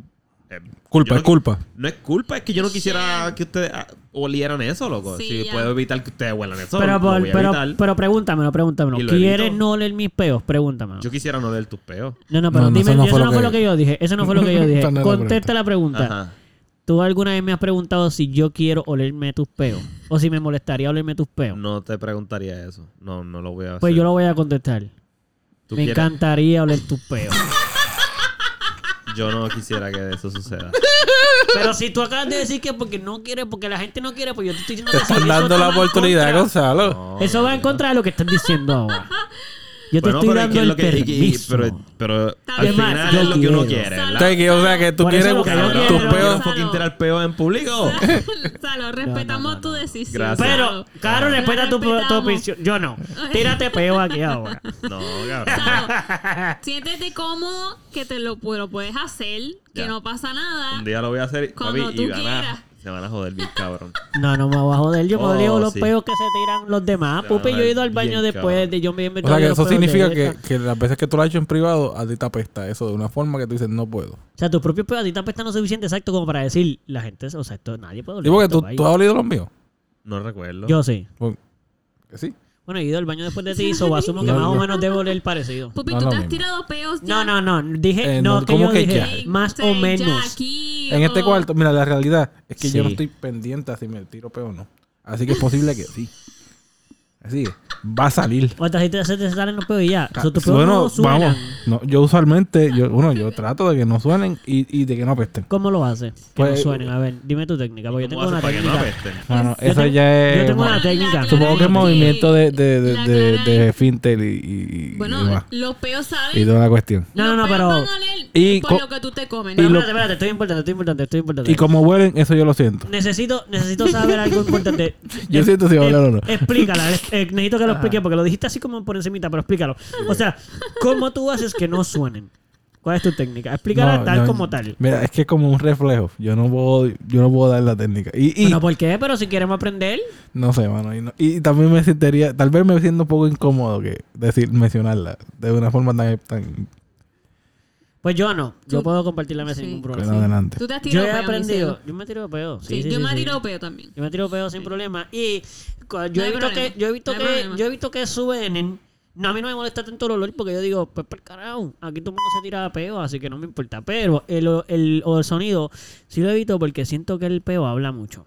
[SPEAKER 2] eh,
[SPEAKER 4] Culpa,
[SPEAKER 2] yo no-
[SPEAKER 4] es culpa.
[SPEAKER 2] No es culpa, es que yo no quisiera
[SPEAKER 1] Shit.
[SPEAKER 2] que ustedes ah, olieran eso, loco.
[SPEAKER 1] Sí,
[SPEAKER 2] si
[SPEAKER 1] ya.
[SPEAKER 2] puedo evitar que ustedes huelan eso,
[SPEAKER 3] pero,
[SPEAKER 2] lo
[SPEAKER 3] por-
[SPEAKER 2] voy a
[SPEAKER 3] pero,
[SPEAKER 2] evitar.
[SPEAKER 3] pero pregúntamelo, pregúntamelo.
[SPEAKER 2] Y lo
[SPEAKER 3] ¿Quieres
[SPEAKER 2] evito.
[SPEAKER 3] no oler mis peos? Pregúntamelo.
[SPEAKER 2] Yo quisiera no ver tus peos.
[SPEAKER 3] No, no, pero
[SPEAKER 4] No, no,
[SPEAKER 3] dime,
[SPEAKER 4] eso no
[SPEAKER 3] eso
[SPEAKER 4] fue lo
[SPEAKER 3] no fue
[SPEAKER 4] que-
[SPEAKER 3] lo que yo dije, eso no fue
[SPEAKER 4] (laughs)
[SPEAKER 3] lo que yo
[SPEAKER 4] Esa
[SPEAKER 3] dije.
[SPEAKER 4] no es la
[SPEAKER 3] Contesta la pregunta.
[SPEAKER 2] Ajá.
[SPEAKER 3] ¿Tú alguna vez me has preguntado si yo quiero olerme tus peos? ¿O si me molestaría olerme tus peos?
[SPEAKER 2] No te preguntaría eso. No, no lo voy a hacer.
[SPEAKER 3] Pues yo lo voy a contestar.
[SPEAKER 2] Tú
[SPEAKER 3] Me
[SPEAKER 2] quieres-
[SPEAKER 3] encantaría oler tus peos.
[SPEAKER 2] Yo no quisiera que eso
[SPEAKER 3] (laughs)
[SPEAKER 2] suceda.
[SPEAKER 3] Pero si tú acabas de decir que porque no quieres, porque la gente no quiere, pues yo te estoy diciendo
[SPEAKER 4] Te
[SPEAKER 3] que sí, eso
[SPEAKER 4] están dando
[SPEAKER 3] está
[SPEAKER 4] la
[SPEAKER 3] en
[SPEAKER 4] oportunidad,
[SPEAKER 3] contra.
[SPEAKER 4] Gonzalo.
[SPEAKER 2] No,
[SPEAKER 3] Eso va en
[SPEAKER 2] no.
[SPEAKER 3] contra de lo que estás diciendo ahora. Yo te
[SPEAKER 2] Oh, Bueno,
[SPEAKER 3] estoy
[SPEAKER 2] pero es
[SPEAKER 3] dando
[SPEAKER 2] que es
[SPEAKER 3] el
[SPEAKER 2] lo que- y- y-
[SPEAKER 3] permiso.
[SPEAKER 2] pero, pero al
[SPEAKER 1] bien.
[SPEAKER 2] final
[SPEAKER 1] Yo
[SPEAKER 2] es lo que uno
[SPEAKER 3] quiero.
[SPEAKER 2] quiere,
[SPEAKER 1] Sal-
[SPEAKER 4] O
[SPEAKER 2] ¿verdad?
[SPEAKER 4] sea, que, o sea, que tú
[SPEAKER 3] Por eso
[SPEAKER 4] quieres
[SPEAKER 3] lo que yo
[SPEAKER 4] buscar
[SPEAKER 3] quiero,
[SPEAKER 4] tus
[SPEAKER 3] yo
[SPEAKER 4] peos.
[SPEAKER 1] quiero.
[SPEAKER 2] fucking tirar peo en
[SPEAKER 1] (laughs)
[SPEAKER 2] público.
[SPEAKER 1] Salo, respetamos
[SPEAKER 3] no, no,
[SPEAKER 1] tu
[SPEAKER 3] no.
[SPEAKER 1] decisión.
[SPEAKER 2] Oh. Gracias.
[SPEAKER 1] Salo.
[SPEAKER 3] Pero, Caro,
[SPEAKER 1] Lo
[SPEAKER 3] respeta tu, tu
[SPEAKER 1] respetamos.
[SPEAKER 3] opinión. Yo no. Tírate peo aquí ahora.
[SPEAKER 2] No, cabrón.
[SPEAKER 1] Salo, (laughs) Siéntete cómodo que te lo, pues, lo puedes hacer, que
[SPEAKER 2] Ya.
[SPEAKER 1] no pasa nada.
[SPEAKER 2] Un día lo voy a hacer papi,
[SPEAKER 1] Cuando
[SPEAKER 2] y
[SPEAKER 1] tú
[SPEAKER 2] van
[SPEAKER 1] quieras.
[SPEAKER 2] a, se van a joder bien, cabrón.
[SPEAKER 3] (laughs) No, no me voy a joder. Yo me
[SPEAKER 2] Oh,
[SPEAKER 3] odio los
[SPEAKER 2] sí.
[SPEAKER 3] peos que se tiran los demás.
[SPEAKER 2] Se
[SPEAKER 3] Pupi, yo he ido al
[SPEAKER 2] bien,
[SPEAKER 3] baño después
[SPEAKER 2] cabrón.
[SPEAKER 3] de yo me me
[SPEAKER 4] O sea,
[SPEAKER 3] olí
[SPEAKER 4] que
[SPEAKER 3] los
[SPEAKER 4] eso
[SPEAKER 3] peos de
[SPEAKER 4] significa
[SPEAKER 3] esta.
[SPEAKER 4] que, que las veces que tú lo has hecho en privado, a ti te apesta eso de una forma que tú dices, no puedo.
[SPEAKER 3] O sea, tus propios peos a ti te apestan lo suficiente exacto como para decir la gente. O sea, esto nadie puede oler.
[SPEAKER 4] Digo que
[SPEAKER 3] esto,
[SPEAKER 4] tú,
[SPEAKER 3] país.
[SPEAKER 4] tú has olido los míos.
[SPEAKER 2] No recuerdo.
[SPEAKER 3] Yo sí.
[SPEAKER 4] Pues, que sí.
[SPEAKER 3] Bueno, he ido al baño después de ti, so asumo
[SPEAKER 2] (laughs)
[SPEAKER 3] que
[SPEAKER 4] No,
[SPEAKER 3] más o
[SPEAKER 4] no.
[SPEAKER 3] menos debo oler parecido.
[SPEAKER 1] Pupi,
[SPEAKER 4] No
[SPEAKER 1] tú
[SPEAKER 4] lo
[SPEAKER 1] te has
[SPEAKER 4] mismo.
[SPEAKER 1] tirado peos ya.
[SPEAKER 3] No, no, no. Dije,
[SPEAKER 4] Eh,
[SPEAKER 3] no,
[SPEAKER 4] no,
[SPEAKER 3] que
[SPEAKER 4] ¿cómo
[SPEAKER 3] yo
[SPEAKER 4] que
[SPEAKER 3] dije
[SPEAKER 4] ya?
[SPEAKER 3] más
[SPEAKER 1] Sí,
[SPEAKER 3] o
[SPEAKER 1] ya
[SPEAKER 3] menos.
[SPEAKER 1] aquí,
[SPEAKER 4] En este
[SPEAKER 1] o-
[SPEAKER 4] cuarto, mira, la realidad es que yo no
[SPEAKER 3] Sí.
[SPEAKER 4] estoy pendiente a si me tiro peo o no. Así que es posible que sí. Así que va a salir.
[SPEAKER 3] O hasta si te, se te salen los peos y ya. O sea, tus peos
[SPEAKER 4] bueno,
[SPEAKER 3] no suenan.
[SPEAKER 4] vamos. No, yo usualmente, yo, bueno, yo trato de que no suenen y, y de que no apesten.
[SPEAKER 3] ¿Cómo lo haces? Que no
[SPEAKER 4] Pues-
[SPEAKER 3] suenen. A ver, dime tu técnica, porque yo
[SPEAKER 2] ¿Cómo
[SPEAKER 3] tengo una
[SPEAKER 2] haces para que no
[SPEAKER 3] técnica.
[SPEAKER 2] apesten?
[SPEAKER 4] Bueno,
[SPEAKER 3] Yo
[SPEAKER 4] eso
[SPEAKER 3] tengo-
[SPEAKER 4] ya es.
[SPEAKER 3] Yo tengo
[SPEAKER 1] La
[SPEAKER 3] una técnica.
[SPEAKER 1] clara
[SPEAKER 4] Supongo que es
[SPEAKER 1] Sí.
[SPEAKER 4] movimiento de, de, de,
[SPEAKER 1] La
[SPEAKER 4] de,
[SPEAKER 1] clara
[SPEAKER 4] de
[SPEAKER 1] es-
[SPEAKER 4] Fintel y, y, y
[SPEAKER 1] Bueno,
[SPEAKER 4] demás.
[SPEAKER 1] los peos
[SPEAKER 4] Y
[SPEAKER 1] saben.
[SPEAKER 4] toda la cuestión.
[SPEAKER 3] No, no, no,
[SPEAKER 1] Los peos
[SPEAKER 3] pero.
[SPEAKER 1] van a oler
[SPEAKER 4] Y,
[SPEAKER 1] Por
[SPEAKER 4] co-
[SPEAKER 1] lo que tú te comes,
[SPEAKER 3] No,
[SPEAKER 1] ¿no?
[SPEAKER 4] lo-
[SPEAKER 3] espérate, espérate, estoy importante, estoy importante, estoy importante.
[SPEAKER 4] y como huelen, eso yo lo siento.
[SPEAKER 3] Necesito, necesito saber algo importante.
[SPEAKER 4] (laughs) Yo
[SPEAKER 3] Eh,
[SPEAKER 4] siento si va a
[SPEAKER 3] eh,
[SPEAKER 4] hablar o no.
[SPEAKER 3] Explícala. eh, eh, necesito que lo explique porque lo dijiste así como por encimita, pero explícalo. O sea, ¿cómo tú haces que no suenen? ¿Cuál es tu técnica? Explícala
[SPEAKER 4] No,
[SPEAKER 3] tal
[SPEAKER 4] no,
[SPEAKER 3] como tal.
[SPEAKER 4] Mira, es que es como un reflejo. Yo no puedo, yo no puedo dar la técnica. Y, y
[SPEAKER 3] Bueno, ¿por qué? Pero si queremos aprender.
[SPEAKER 4] no sé, mano. Y, no- y también me sentiría, tal vez me siento un poco incómodo que decir, mencionarla de una forma tan, tan
[SPEAKER 3] Pues yo no. Yo
[SPEAKER 1] Tú-
[SPEAKER 3] puedo compartirla mesa sin
[SPEAKER 1] sí.
[SPEAKER 3] ningún
[SPEAKER 4] pero
[SPEAKER 3] problema.
[SPEAKER 4] adelante.
[SPEAKER 1] Tú te has
[SPEAKER 3] Yo
[SPEAKER 1] tirado
[SPEAKER 3] he
[SPEAKER 1] peo,
[SPEAKER 3] aprendido.
[SPEAKER 1] Nicelo.
[SPEAKER 3] Yo me tiro peo. Sí,
[SPEAKER 1] Sí,
[SPEAKER 3] sí,
[SPEAKER 1] yo
[SPEAKER 3] sí,
[SPEAKER 1] me he
[SPEAKER 3] sí.
[SPEAKER 1] tirado peo también.
[SPEAKER 3] Yo me tiro pedo sin problema. Y cua- yo,
[SPEAKER 1] No
[SPEAKER 3] he
[SPEAKER 1] hay
[SPEAKER 3] visto que,
[SPEAKER 1] problema.
[SPEAKER 3] yo he visto
[SPEAKER 1] No hay
[SPEAKER 3] que,
[SPEAKER 1] problema.
[SPEAKER 3] yo he visto que suben. No, a mí no me molesta tanto el olor porque yo digo, pues por carajo, aquí todo el mundo se tira peo, así que no me importa. Pero el, o- el, o el sonido sí lo evito porque siento que el peo habla mucho.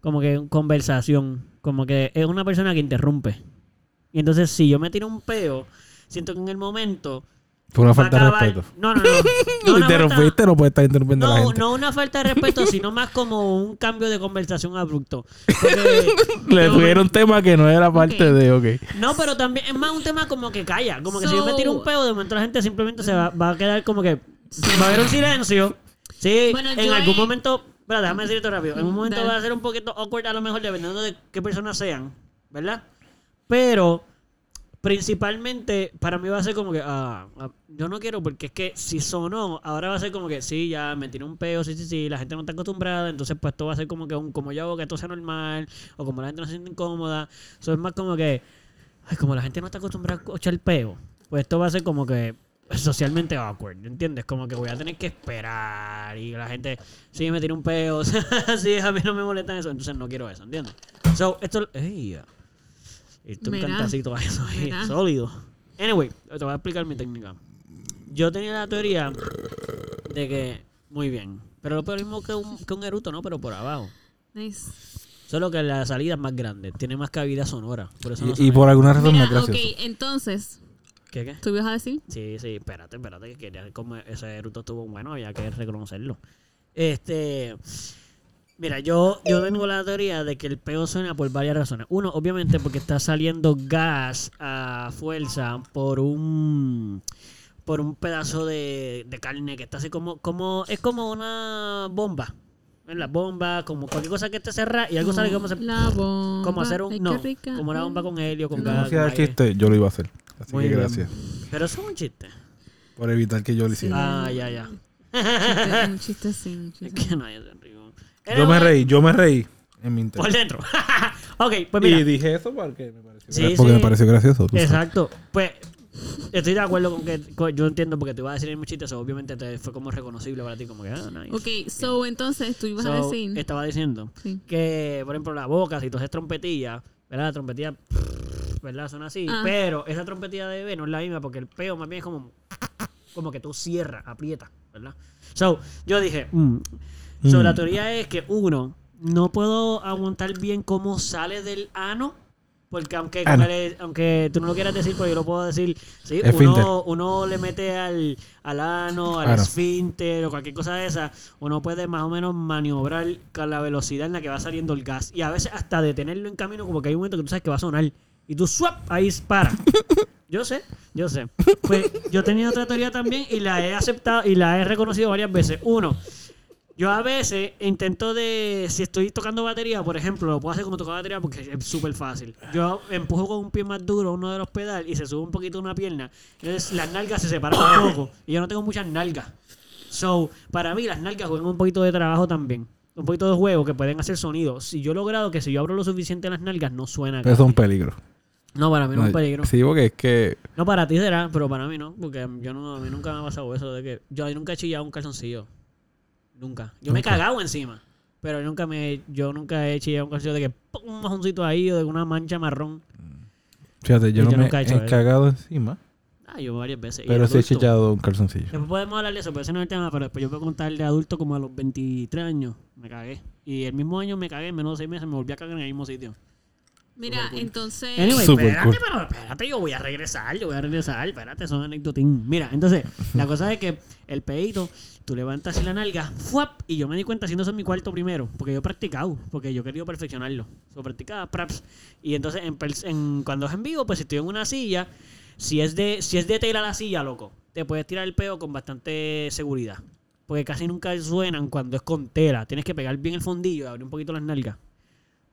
[SPEAKER 3] Como que en conversación, como que es una persona que interrumpe. Y entonces si yo me tiro un peo, siento que en el momento...
[SPEAKER 4] Por una
[SPEAKER 3] va a
[SPEAKER 4] falta de
[SPEAKER 3] acabar-
[SPEAKER 4] respeto.
[SPEAKER 3] No, no, no. no una falta-
[SPEAKER 4] Interrumpiste, no puedes estar interrumpiendo a la
[SPEAKER 3] no,
[SPEAKER 4] gente.
[SPEAKER 3] no una falta de respeto, sino más como un cambio de conversación
[SPEAKER 4] (laughs)
[SPEAKER 3] abrupto. Porque-
[SPEAKER 4] Le
[SPEAKER 3] no,
[SPEAKER 4] pusieron tema que no era parte
[SPEAKER 1] Ok.
[SPEAKER 4] de, ok.
[SPEAKER 3] No, pero también es más un tema como que calla. Como que si yo
[SPEAKER 1] So-
[SPEAKER 3] me tiro un pedo, de momento la gente simplemente se va, va a quedar como que. Va a haber un silencio. Sí,
[SPEAKER 1] Bueno,
[SPEAKER 3] en
[SPEAKER 1] yo
[SPEAKER 3] algún
[SPEAKER 1] he-
[SPEAKER 3] momento. Espera, déjame decir esto rápido. En un momento
[SPEAKER 1] Dale.
[SPEAKER 3] va a ser un poquito awkward, a lo mejor, dependiendo de qué personas sean, ¿verdad? Pero principalmente para mí va a ser como que ah, ah, yo no quiero porque es que si sonó ahora va a ser como que sí ya me tiré un peo sí sí sí la gente no está acostumbrada entonces pues esto va a ser como que un como yo hago que esto sea normal o como la gente no se siente incómoda eso es más como que ay, como la gente no está acostumbrada a escuchar peo pues esto va a ser como que socialmente awkward ¿entiendes? como que voy a tener que esperar y la gente sí me tiré un peo (laughs) o sea, sí a mí no me molesta eso entonces no quiero eso ¿entiendes? so esto ey, ah. esto es un
[SPEAKER 1] Mira.
[SPEAKER 3] cantacito a (laughs) eso ahí,
[SPEAKER 1] Mira.
[SPEAKER 3] sólido. Anyway, te voy a explicar mi técnica. Yo tenía la teoría de que, muy bien, pero lo peor mismo que un, que un eruto, ¿no? Pero por abajo.
[SPEAKER 1] Nice.
[SPEAKER 3] Solo que la salida es más grande, tiene más cabida sonora. Por eso no
[SPEAKER 4] Y, y
[SPEAKER 3] suena.
[SPEAKER 4] por alguna razón no es
[SPEAKER 1] Mira, ok,
[SPEAKER 4] gracioso.
[SPEAKER 1] entonces,
[SPEAKER 3] ¿Qué, qué?
[SPEAKER 1] ¿tú ibas a decir?
[SPEAKER 3] Sí, sí, espérate, espérate, que quería como ese eruto estuvo bueno, había que reconocerlo. Este. Mira, yo, yo tengo la teoría de que el peo suena por varias razones. Uno, obviamente, porque está saliendo gas a fuerza por un por un pedazo de, de carne que está así como, como, es como una bomba. La bomba, como cualquier cosa que esté cerrada y algo sale como se-
[SPEAKER 1] La bomba.
[SPEAKER 3] como hacer
[SPEAKER 1] ay,
[SPEAKER 3] un
[SPEAKER 1] qué
[SPEAKER 3] no,
[SPEAKER 1] rica.
[SPEAKER 3] como una bomba con helio, con
[SPEAKER 4] No
[SPEAKER 3] gas.
[SPEAKER 4] hacía
[SPEAKER 3] con
[SPEAKER 4] el
[SPEAKER 3] aire.
[SPEAKER 4] chiste, yo lo iba a hacer. Así
[SPEAKER 3] Muy
[SPEAKER 4] que
[SPEAKER 3] bien.
[SPEAKER 4] gracias.
[SPEAKER 3] Pero eso es un chiste.
[SPEAKER 4] Por evitar que yo lo hiciera.
[SPEAKER 3] Ah, ya, ya.
[SPEAKER 1] Chiste, Un chiste sí, un
[SPEAKER 3] este. Es
[SPEAKER 1] chiste.
[SPEAKER 3] que nadie se rió.
[SPEAKER 4] Yo me reí, yo me reí en mi
[SPEAKER 3] Por
[SPEAKER 4] interés.
[SPEAKER 3] dentro. (laughs) ok, pues
[SPEAKER 4] Y
[SPEAKER 3] mira.
[SPEAKER 4] dije eso porque me pareció,
[SPEAKER 3] Sí,
[SPEAKER 4] porque
[SPEAKER 3] sí.
[SPEAKER 4] me pareció gracioso. tú sabes.
[SPEAKER 3] Exacto. Pues estoy de acuerdo con que con- yo entiendo porque te iba a decir el chiste, eso obviamente te fue como reconocible para ti, como que ah, nice.
[SPEAKER 1] Ok, so entonces tú ibas a
[SPEAKER 3] So,
[SPEAKER 1] decir.
[SPEAKER 3] Estaba diciendo
[SPEAKER 1] Sí.
[SPEAKER 3] que, por ejemplo, la boca, si tú haces trompetilla, ¿verdad? La trompetilla, (laughs) ¿verdad? Suena así.
[SPEAKER 1] Ah.
[SPEAKER 3] Pero esa trompetilla de bebé no es la misma porque el peo más bien es como, como que tú cierras, aprietas, ¿verdad? So, yo dije, mm. So,
[SPEAKER 4] Mm.
[SPEAKER 3] la teoría es que, uno, no puedo aguantar bien cómo sale del ano. Porque aunque,
[SPEAKER 4] Ano.
[SPEAKER 3] aunque tú no lo quieras decir, pues yo lo puedo decir. Sí,
[SPEAKER 4] Es finter.
[SPEAKER 3] uno, uno le mete al, al ano, al
[SPEAKER 4] Claro.
[SPEAKER 3] esfínter o cualquier cosa de esa, uno puede más o menos maniobrar con la velocidad en la que va saliendo el gas. Y a veces hasta detenerlo en camino, como que hay un momento que tú sabes que va a sonar. Y tú swap, ahí para. Yo sé, yo sé. Pues yo tenía otra teoría también y la he aceptado y la he reconocido varias veces. Uno, yo a veces intento de, si estoy tocando batería, por ejemplo, lo puedo hacer como tocar batería porque es súper fácil. Yo empujo con un pie más duro uno de los pedales y se sube un poquito una pierna. Entonces las nalgas se separan un poco y yo no tengo muchas nalgas. So, para mí las nalgas juegan un poquito de trabajo también. Un poquito de juego que pueden hacer sonido. Si yo he logrado que si yo abro lo suficiente las nalgas no suena.
[SPEAKER 4] Pero eso es un peligro.
[SPEAKER 3] No, para mí no es un
[SPEAKER 4] No,
[SPEAKER 3] peligro.
[SPEAKER 4] Sí, porque es que
[SPEAKER 3] No, para ti será, pero para mí no, porque yo no, a mí nunca me ha pasado eso de que yo nunca he chillado un calzoncillo. Nunca. Yo me he
[SPEAKER 4] Nunca.
[SPEAKER 3] cagado encima, pero nunca me yo nunca he chillado un calzoncillo de que ¡pum! un mojoncito ahí o de una mancha marrón.
[SPEAKER 4] Fíjate, yo
[SPEAKER 3] Y
[SPEAKER 4] no
[SPEAKER 3] yo
[SPEAKER 4] me
[SPEAKER 3] nunca he hecho
[SPEAKER 4] he
[SPEAKER 3] eso.
[SPEAKER 4] cagado encima,
[SPEAKER 3] Ah, yo varias veces. y
[SPEAKER 4] pero sí he
[SPEAKER 3] adulto.
[SPEAKER 4] chillado un calzoncillo.
[SPEAKER 3] Después podemos hablar de eso, pero ese no es el tema, pero después yo puedo contar de adulto como a los 23 años me cagué. Y el mismo año me cagué, en menos de 6 meses me volví a cagar en el mismo sitio.
[SPEAKER 1] Mira, entonces.
[SPEAKER 3] Anyway,
[SPEAKER 4] Super
[SPEAKER 3] espérate,
[SPEAKER 4] cool.
[SPEAKER 3] pero espérate, yo voy a regresar, yo voy a regresar, espérate, son anecdotín. Mira, entonces, la cosa es que el pedito, tú levantas así la nalga, ¡fuap! y yo me di cuenta haciendo eso en mi cuarto primero, porque yo he practicado, porque yo he querido perfeccionarlo. Yo practicaba praps, y entonces en, pers- en- cuando es en vivo, pues si estoy en una silla, si es de, si es de tela la silla, loco, te puedes tirar el peo con bastante seguridad. Porque casi nunca suenan cuando es con tela. Tienes que pegar bien el fondillo y abrir un poquito las nalgas.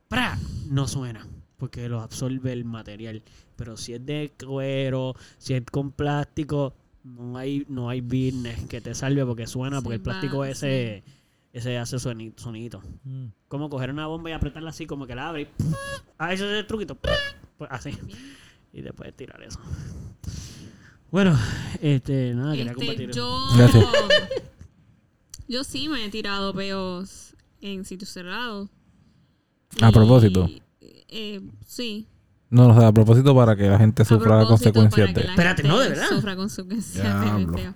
[SPEAKER 3] ¡Pra! No suena. Porque lo absorbe el material. Pero si es de cuero, si es con plástico, no hay, no hay business que te salve porque suena,
[SPEAKER 1] Sí,
[SPEAKER 3] porque el plástico
[SPEAKER 1] va,
[SPEAKER 3] ese, ese hace soni- sonidito.
[SPEAKER 4] Mm.
[SPEAKER 3] Como coger una bomba y apretarla así, como que la abre y Ah, ese es el truquito. Pues así. Y te puedes tirar eso. Bueno, este, nada, quería
[SPEAKER 1] Este,
[SPEAKER 3] compartir. eso.
[SPEAKER 1] yo,
[SPEAKER 4] Gracias.
[SPEAKER 1] yo sí me he tirado peos en sitios cerrados.
[SPEAKER 4] A
[SPEAKER 1] Y,
[SPEAKER 4] propósito.
[SPEAKER 1] eh, sí.
[SPEAKER 4] No, o sea, a propósito para que la gente
[SPEAKER 1] a
[SPEAKER 4] sufra las
[SPEAKER 1] propósito,
[SPEAKER 4] consecuencias
[SPEAKER 1] para que
[SPEAKER 4] de.
[SPEAKER 1] la
[SPEAKER 3] Espérate,
[SPEAKER 1] gente
[SPEAKER 3] no, de verdad.
[SPEAKER 1] Sufra consecuencias del
[SPEAKER 4] Diablo.
[SPEAKER 1] peo.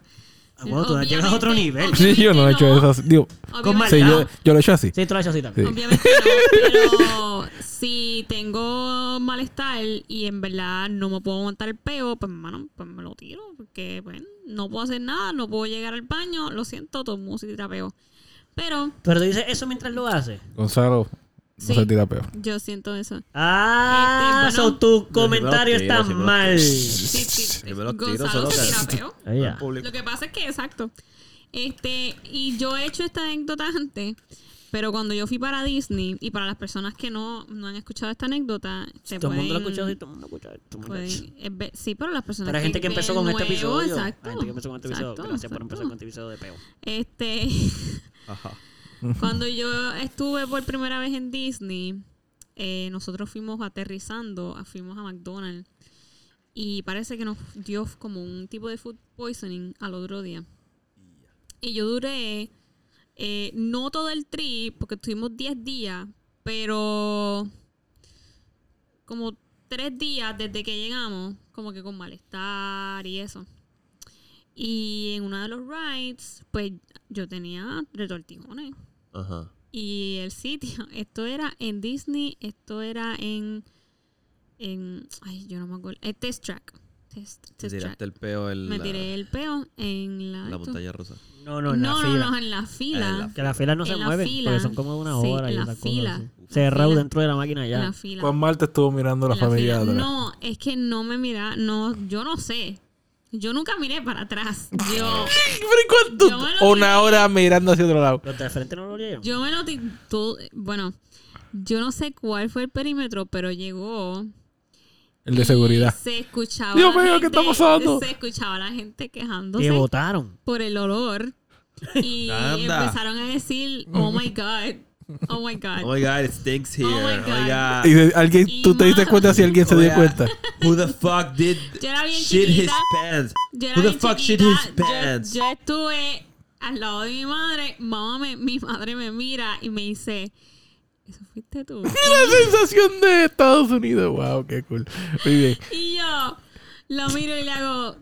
[SPEAKER 3] Ah, bueno, tú llegas a otro
[SPEAKER 1] Obviamente-
[SPEAKER 3] nivel.
[SPEAKER 4] (laughs) Sí, yo no he hecho eso.
[SPEAKER 1] obviamente
[SPEAKER 4] así, Digo,
[SPEAKER 1] no,
[SPEAKER 3] Con
[SPEAKER 1] obviamente
[SPEAKER 4] sí,
[SPEAKER 3] maldad.
[SPEAKER 4] yo, yo lo he hecho así.
[SPEAKER 3] Sí, tú lo has hecho así también.
[SPEAKER 4] Sí.
[SPEAKER 1] Obviamente
[SPEAKER 2] (laughs)
[SPEAKER 1] no, pero si tengo malestar y en verdad no me puedo aguantar el peo, pues mano, pues me lo tiro, porque pues, no puedo hacer nada, no puedo llegar al baño, lo siento, todo el mundo se tira peo. Pero
[SPEAKER 3] Pero tú dices eso mientras lo haces.
[SPEAKER 4] Gonzalo no
[SPEAKER 1] Sí.
[SPEAKER 4] se tira peor.
[SPEAKER 1] yo siento eso.
[SPEAKER 3] Ah,
[SPEAKER 1] Este, bueno.
[SPEAKER 3] so tu
[SPEAKER 2] me lo
[SPEAKER 3] comentario
[SPEAKER 2] tiro,
[SPEAKER 3] está
[SPEAKER 2] sí me lo
[SPEAKER 1] (laughs)
[SPEAKER 3] mal.
[SPEAKER 1] Sí, sí,
[SPEAKER 2] Yo me los tiro,
[SPEAKER 1] Gonzalo
[SPEAKER 2] solo
[SPEAKER 1] se
[SPEAKER 2] que- (laughs)
[SPEAKER 1] tira peo.
[SPEAKER 3] Ahí Ah, ya.
[SPEAKER 1] Lo que pasa es que, exacto. Este, y yo he hecho esta anécdota antes, pero cuando yo fui para Disney, y para las personas que no, no han escuchado esta anécdota, se
[SPEAKER 3] Todo el mundo lo ha
[SPEAKER 1] pueden-
[SPEAKER 3] escuchado, sí, todo el mundo lo ha escuchado, todo el mundo lo ha
[SPEAKER 1] Pueden-
[SPEAKER 3] escuchado.
[SPEAKER 1] es Pues, eh, ve- sí, pero las personas
[SPEAKER 3] Para la gente que empezó con este
[SPEAKER 1] ven nuevo,
[SPEAKER 3] episodio.
[SPEAKER 1] Exacto.
[SPEAKER 3] La gente que empezó con este episodio.
[SPEAKER 1] exacto,
[SPEAKER 3] Gracias
[SPEAKER 1] exacto.
[SPEAKER 3] por empezar con este episodio de peo.
[SPEAKER 1] Este, cuando yo estuve por primera vez en Disney, eh, nosotros fuimos aterrizando, ah, fuimos a McDonald's y parece que nos dio como un tipo de food poisoning al otro día. Y yo duré, eh, no todo el trip, porque estuvimos 10 días, pero como 3 días desde que llegamos, como que con malestar y eso. Y en uno de los rides, pues yo tenía retortijones.
[SPEAKER 2] Ajá.
[SPEAKER 1] Y el sitio, (laughs) esto era en Disney, esto era en. en ay, yo no me acuerdo. eh, test Track. Test,
[SPEAKER 2] Te
[SPEAKER 1] Test Track.
[SPEAKER 2] tiraste el peo en
[SPEAKER 1] me
[SPEAKER 2] la,
[SPEAKER 1] tiré el peo en la.
[SPEAKER 2] la
[SPEAKER 1] esto.
[SPEAKER 2] montaña rusa.
[SPEAKER 3] No,
[SPEAKER 1] No,
[SPEAKER 3] no,
[SPEAKER 1] no,
[SPEAKER 3] no,
[SPEAKER 1] no, en la fila.
[SPEAKER 2] En la
[SPEAKER 3] Que las filas no
[SPEAKER 1] En
[SPEAKER 3] se
[SPEAKER 1] la
[SPEAKER 3] mueven,
[SPEAKER 1] fila.
[SPEAKER 3] porque son como una
[SPEAKER 1] Sí,
[SPEAKER 3] hora y
[SPEAKER 1] en la
[SPEAKER 3] esas
[SPEAKER 1] fila.
[SPEAKER 3] cosas. así.
[SPEAKER 1] En la
[SPEAKER 3] Cerrado
[SPEAKER 1] fila.
[SPEAKER 3] dentro de la máquina
[SPEAKER 1] en
[SPEAKER 3] ya.
[SPEAKER 1] la fila.
[SPEAKER 4] Juan Marta estuvo mirando la
[SPEAKER 1] en la
[SPEAKER 4] familia
[SPEAKER 1] fila.
[SPEAKER 4] atrás.
[SPEAKER 1] No, es que no me mira, no, yo no sé. Yo nunca miré para atrás. Yo,
[SPEAKER 4] (laughs) ¿Pero
[SPEAKER 1] Yo
[SPEAKER 4] cuánto?
[SPEAKER 1] me lo
[SPEAKER 4] Una hora mirando hacia otro lado.
[SPEAKER 3] Los de frente no lo oyeron.
[SPEAKER 1] yo me lo ti- todo- bueno, yo no sé cuál fue el perímetro, pero llegó
[SPEAKER 4] El de
[SPEAKER 1] Y
[SPEAKER 4] seguridad.
[SPEAKER 1] Se escuchaba.
[SPEAKER 4] Dios
[SPEAKER 1] la
[SPEAKER 4] mío, ¿qué está
[SPEAKER 1] gente-
[SPEAKER 4] pasando?
[SPEAKER 1] Se escuchaba la gente
[SPEAKER 3] Te
[SPEAKER 1] quejándose
[SPEAKER 3] votaron.
[SPEAKER 1] por el olor. Y
[SPEAKER 2] Anda.
[SPEAKER 1] empezaron a decir, oh my God, oh my
[SPEAKER 2] Oh
[SPEAKER 1] God.
[SPEAKER 2] my god, it stinks here.
[SPEAKER 1] Oh my
[SPEAKER 2] Oh my
[SPEAKER 1] God.
[SPEAKER 2] god.
[SPEAKER 4] Y de- alguien,
[SPEAKER 1] Y
[SPEAKER 4] tú te diste
[SPEAKER 1] más-
[SPEAKER 4] cuenta si alguien se
[SPEAKER 2] Oh my
[SPEAKER 4] dio
[SPEAKER 2] God.
[SPEAKER 1] (laughs)
[SPEAKER 4] cuenta.
[SPEAKER 2] Who the fuck did
[SPEAKER 1] Yo era bien
[SPEAKER 2] shit his
[SPEAKER 1] chiquita.
[SPEAKER 2] pants?
[SPEAKER 1] Yo era
[SPEAKER 2] Who the
[SPEAKER 1] bien
[SPEAKER 2] fuck shit
[SPEAKER 1] chiquita,
[SPEAKER 2] his pants?
[SPEAKER 1] Yo, yo estuve al lado de mi madre. Mamá me- mi madre me mira y me dice, ¿eso fuiste tú?
[SPEAKER 4] La sensación de Estados Unidos. Wow, qué cool. Muy
[SPEAKER 1] (laughs)
[SPEAKER 4] bien. (laughs)
[SPEAKER 1] y yo lo miro y le hago,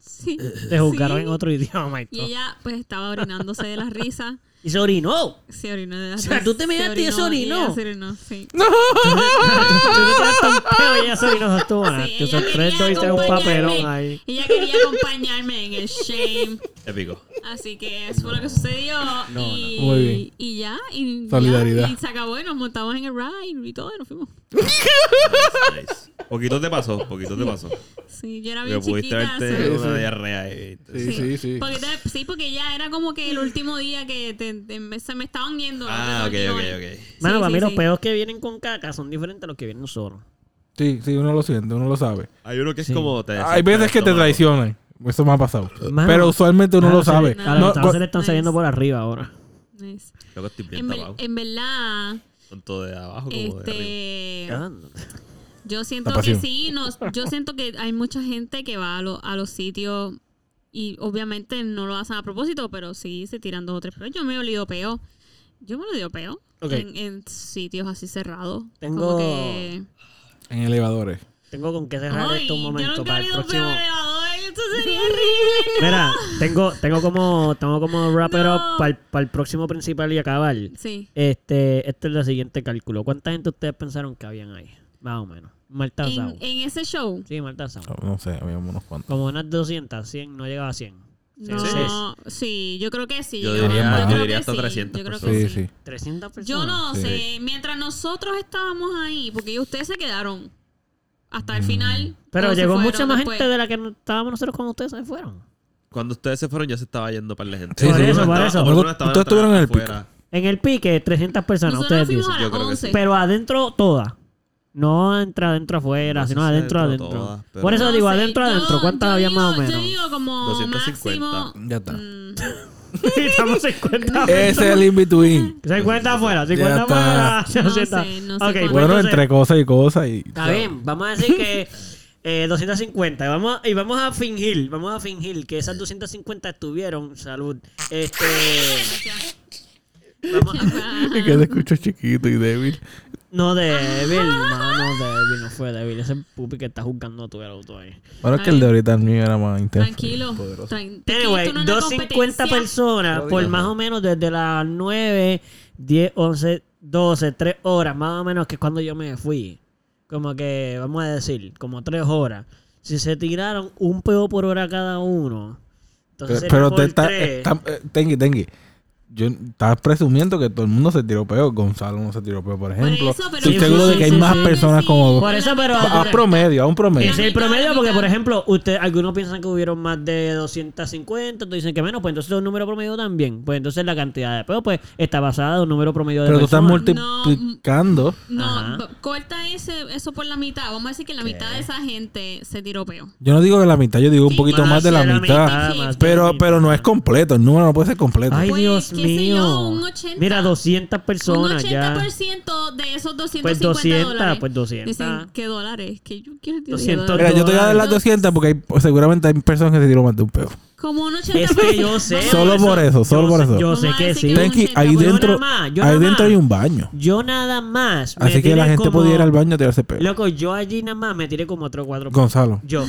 [SPEAKER 1] sí.
[SPEAKER 3] Te juzgaron
[SPEAKER 1] sí".
[SPEAKER 3] en otro idioma y
[SPEAKER 1] Y
[SPEAKER 3] todo.
[SPEAKER 1] ella pues estaba orinándose de la risa.
[SPEAKER 3] Y se orinó.
[SPEAKER 1] Se orinó de la
[SPEAKER 3] sea,
[SPEAKER 1] risa.
[SPEAKER 3] tú te miraste y ella se orinó.
[SPEAKER 1] ella se orinó, sí.
[SPEAKER 3] Tú te tiraste un peo y ya se orinó. Estuvo mal.
[SPEAKER 1] (laughs) Sí,
[SPEAKER 3] Ah, Te
[SPEAKER 1] ella
[SPEAKER 3] sorprendo
[SPEAKER 1] quería
[SPEAKER 3] y te un papelón
[SPEAKER 1] acompañarme.
[SPEAKER 3] ahí.
[SPEAKER 1] Ella quería acompañarme en el shame. (laughs)
[SPEAKER 2] Épico.
[SPEAKER 1] Así que eso fue lo que sucedió. y,
[SPEAKER 4] no. Muy bien.
[SPEAKER 1] y ya, y ya,
[SPEAKER 4] Solidaridad.
[SPEAKER 1] y se acabó y nos montamos en el ride y todo y nos fuimos.
[SPEAKER 2] Nice. Poquito te pasó, poquito te pasó.
[SPEAKER 1] Sí, yo era
[SPEAKER 2] Porque
[SPEAKER 1] bien
[SPEAKER 2] pudiste
[SPEAKER 1] chiquita.
[SPEAKER 2] verte
[SPEAKER 1] so-
[SPEAKER 2] una diarrea. y-
[SPEAKER 4] Sí, sí, sí.
[SPEAKER 1] Porque te- sí, porque ya era como que el último día que te- te- se me estaban yendo. los
[SPEAKER 2] Ah, ok, ok,
[SPEAKER 1] retortijones.
[SPEAKER 2] ok.
[SPEAKER 3] Mano,
[SPEAKER 1] Sí,
[SPEAKER 3] para
[SPEAKER 1] sí,
[SPEAKER 3] mí los
[SPEAKER 1] sí.
[SPEAKER 3] peos que vienen con caca son diferentes a los que vienen solos.
[SPEAKER 4] Sí, sí, uno lo siente, uno lo sabe.
[SPEAKER 2] Hay uno que es
[SPEAKER 3] Sí.
[SPEAKER 2] como. Te
[SPEAKER 4] Hay veces que te
[SPEAKER 2] traicionan
[SPEAKER 4] traicionan. Eso me ha pasado.
[SPEAKER 3] Mano.
[SPEAKER 4] Pero usualmente uno
[SPEAKER 3] Claro,
[SPEAKER 4] lo
[SPEAKER 3] se-
[SPEAKER 4] sabe.
[SPEAKER 3] A
[SPEAKER 1] No,
[SPEAKER 3] los estados
[SPEAKER 4] cu-
[SPEAKER 3] se le están
[SPEAKER 1] Ah. nice.
[SPEAKER 3] saliendo por arriba ahora.
[SPEAKER 1] Nice.
[SPEAKER 2] Creo que estoy bien
[SPEAKER 1] En, ver-
[SPEAKER 2] tapado.
[SPEAKER 1] en verdad,
[SPEAKER 2] Tanto de abajo como de arriba.
[SPEAKER 1] este.
[SPEAKER 3] Yo
[SPEAKER 1] Yo siento
[SPEAKER 4] La
[SPEAKER 1] que
[SPEAKER 4] pasión.
[SPEAKER 1] sí, nos, yo siento que hay mucha gente que va a, lo- a los sitios y obviamente no lo hacen a propósito, pero sí se tiran dos o tres. Pero yo me he olido peo. Yo me lo dio peo
[SPEAKER 3] Ok.
[SPEAKER 1] en, en sitios así cerrados.
[SPEAKER 3] Tengo-
[SPEAKER 1] Como que...
[SPEAKER 4] En elevadores.
[SPEAKER 3] Tengo con qué cerrar
[SPEAKER 1] Ay,
[SPEAKER 3] esto un
[SPEAKER 1] yo
[SPEAKER 3] momento
[SPEAKER 1] nunca
[SPEAKER 3] para
[SPEAKER 1] he
[SPEAKER 3] el
[SPEAKER 1] olido peo en
[SPEAKER 3] próximo.
[SPEAKER 1] el elevador.
[SPEAKER 3] (laughs)
[SPEAKER 1] Esto sería horrible. (laughs)
[SPEAKER 3] Mira, tengo, tengo como, tengo como wrap it
[SPEAKER 1] No.
[SPEAKER 3] up para el, para el próximo principal y acabar.
[SPEAKER 1] Sí.
[SPEAKER 3] Este, este es el siguiente cálculo. ¿Cuánta gente ustedes pensaron que habían ahí? Más o menos. Mal tasado.
[SPEAKER 1] En, en ese show.
[SPEAKER 3] Sí, mal tasado.
[SPEAKER 4] No sé, habíamos unos cuantos.
[SPEAKER 3] Como unas 200, 100, no llegaba a 100. Sí,
[SPEAKER 1] No,
[SPEAKER 3] sí.
[SPEAKER 1] sí, yo creo que sí.
[SPEAKER 2] Yo diría
[SPEAKER 1] creo
[SPEAKER 4] más, yo
[SPEAKER 1] que
[SPEAKER 2] diría hasta
[SPEAKER 1] sí,
[SPEAKER 2] 300
[SPEAKER 1] yo creo que
[SPEAKER 2] personas.
[SPEAKER 4] Sí,
[SPEAKER 1] sí.
[SPEAKER 4] sí.
[SPEAKER 3] 300 personas.
[SPEAKER 1] Yo no
[SPEAKER 4] Sí.
[SPEAKER 1] sé, mientras nosotros estábamos ahí, porque ustedes se quedaron hasta el final.
[SPEAKER 3] Pero
[SPEAKER 1] o se
[SPEAKER 3] llegó
[SPEAKER 4] Mm.
[SPEAKER 1] fueron
[SPEAKER 3] mucha más
[SPEAKER 1] después.
[SPEAKER 3] gente de la que no- estábamos nosotros cuando ustedes se fueron.
[SPEAKER 2] Cuando ustedes se fueron, ya se estaba yendo para la gente.
[SPEAKER 4] Sí, Por sí.
[SPEAKER 3] eso, por
[SPEAKER 2] Estaba-
[SPEAKER 3] eso.
[SPEAKER 2] algunos estaban
[SPEAKER 4] Ustedes estuvieron en el
[SPEAKER 2] atrás,
[SPEAKER 4] pico.
[SPEAKER 2] afuera.
[SPEAKER 3] En el pique, 300 personas,
[SPEAKER 1] Nosotros
[SPEAKER 3] ustedes
[SPEAKER 1] fuimos
[SPEAKER 3] dicen.
[SPEAKER 1] a
[SPEAKER 2] Yo
[SPEAKER 1] las
[SPEAKER 2] creo que sí.
[SPEAKER 1] 11.
[SPEAKER 3] Pero adentro, toda. No entra adentro, afuera,
[SPEAKER 2] No sé
[SPEAKER 3] sino
[SPEAKER 2] si
[SPEAKER 3] adentro,
[SPEAKER 2] adentro,
[SPEAKER 3] adentro.
[SPEAKER 2] todas, pero-
[SPEAKER 3] Por eso digo,
[SPEAKER 1] No sé,
[SPEAKER 3] adentro,
[SPEAKER 1] yo-
[SPEAKER 3] adentro. ¿Cuántas
[SPEAKER 1] yo
[SPEAKER 3] había más o
[SPEAKER 1] digo-
[SPEAKER 3] menos?
[SPEAKER 1] Yo digo como
[SPEAKER 2] 250.
[SPEAKER 1] máximo...
[SPEAKER 4] (laughs) Ya está.
[SPEAKER 1] mm,
[SPEAKER 3] (laughs) Estamos 50
[SPEAKER 4] Ese es el in-between.
[SPEAKER 3] 50 afuera, 50
[SPEAKER 4] Ya
[SPEAKER 3] afuera.
[SPEAKER 1] está.
[SPEAKER 3] (laughs)
[SPEAKER 1] No sé, no sé cuánto.
[SPEAKER 3] Ok, pues
[SPEAKER 4] Bueno,
[SPEAKER 3] entonces-
[SPEAKER 4] entre cosas y cosas y...
[SPEAKER 3] Está bien, vamos a decir que (laughs) eh, 250. Vamos, y vamos a fingir, vamos a fingir que esas 250 estuvieron. Salud. Este. Vamos
[SPEAKER 1] (laughs)
[SPEAKER 3] a-
[SPEAKER 4] Y que te escucho chiquito y débil.
[SPEAKER 3] no débil, no, no débil, no fue débil. Ese pupi que está juzgando tú el auto ahí.
[SPEAKER 4] Bueno, es que el de ahorita el mío era más intenso.
[SPEAKER 1] Tranquilo. tran- te
[SPEAKER 3] Anyway,
[SPEAKER 1] quito una
[SPEAKER 3] 250
[SPEAKER 1] competencia.
[SPEAKER 3] personas
[SPEAKER 4] Lo
[SPEAKER 3] por
[SPEAKER 4] digo.
[SPEAKER 3] más o menos desde las 9, 10, 11, 12, 3 horas, más o menos que es cuando yo me fui. Como que, vamos a decir, como 3 horas. Si se tiraron un peo por hora cada uno. Entonces sería
[SPEAKER 4] Pero, pero te
[SPEAKER 3] por
[SPEAKER 4] está,
[SPEAKER 3] tres.
[SPEAKER 4] está- eh, Tengi, Tengi. Yo, estás presumiendo que todo el mundo se tiró peo. Gonzalo no se tiró peo, por
[SPEAKER 1] Por
[SPEAKER 4] ejemplo.
[SPEAKER 1] eso, pero
[SPEAKER 4] Estoy
[SPEAKER 1] yo
[SPEAKER 4] seguro
[SPEAKER 1] no
[SPEAKER 4] de que hay
[SPEAKER 1] sé
[SPEAKER 4] más
[SPEAKER 1] si-
[SPEAKER 4] personas como
[SPEAKER 3] Por
[SPEAKER 4] dos.
[SPEAKER 3] eso, pero-
[SPEAKER 4] A, a promedio, a un promedio.
[SPEAKER 3] Es el
[SPEAKER 1] mitad, la
[SPEAKER 3] promedio porque,
[SPEAKER 1] mitad.
[SPEAKER 3] por ejemplo, usted, algunos piensan que hubieron más de 250, otros dicen que menos, pues entonces es un número promedio también. Pues entonces la cantidad de peos pues, está basada en un número promedio de
[SPEAKER 4] Pero tú estás
[SPEAKER 3] personas.
[SPEAKER 4] multiplicando.
[SPEAKER 1] No,
[SPEAKER 3] Ajá.
[SPEAKER 1] b- corta ese, eso por la mitad. Vamos a decir que la mitad de esa gente se tiró peo.
[SPEAKER 4] Yo no digo que la mitad, yo digo un
[SPEAKER 1] Sí,
[SPEAKER 4] poquito más de la mitad.
[SPEAKER 1] mitad, más
[SPEAKER 4] Pero, pero no es completo, el número no puede ser completo.
[SPEAKER 3] Ay,
[SPEAKER 1] Pues,
[SPEAKER 3] Dios
[SPEAKER 1] qué sé yo,
[SPEAKER 3] mío.
[SPEAKER 1] un 80.
[SPEAKER 3] Mira, 200 personas
[SPEAKER 1] un 80%
[SPEAKER 3] ya.
[SPEAKER 1] de esos 250
[SPEAKER 3] Pues 200,
[SPEAKER 1] dólares.
[SPEAKER 3] pues 200.
[SPEAKER 1] Dicen, ¿qué dólares? Que yo quiero tirar
[SPEAKER 3] 200
[SPEAKER 1] dólares.
[SPEAKER 4] Mira, yo te voy a dar las
[SPEAKER 1] Dos.
[SPEAKER 4] 200 porque hay- pues, seguramente hay personas que se tiró más de un peo.
[SPEAKER 1] Como un 80%.
[SPEAKER 3] Es que yo sé.
[SPEAKER 4] Solo por eso, solo
[SPEAKER 3] yo
[SPEAKER 4] por
[SPEAKER 3] sé-
[SPEAKER 4] eso.
[SPEAKER 3] Yo sé
[SPEAKER 1] Vamos a
[SPEAKER 3] que
[SPEAKER 1] decir
[SPEAKER 3] sí.
[SPEAKER 1] que
[SPEAKER 4] Tenki,
[SPEAKER 1] un
[SPEAKER 4] ahí
[SPEAKER 1] centavo.
[SPEAKER 4] dentro,
[SPEAKER 3] Yo nada más, yo
[SPEAKER 4] ahí
[SPEAKER 3] nada
[SPEAKER 4] dentro
[SPEAKER 3] más.
[SPEAKER 4] hay un baño.
[SPEAKER 3] Yo nada más. me
[SPEAKER 4] Así que la
[SPEAKER 3] tiré
[SPEAKER 4] gente
[SPEAKER 3] como-
[SPEAKER 4] podía ir al baño a tirarse peo.
[SPEAKER 3] Loco, yo allí nada más me tiré como otro cuatro.
[SPEAKER 4] Gonzalo.
[SPEAKER 3] Yo.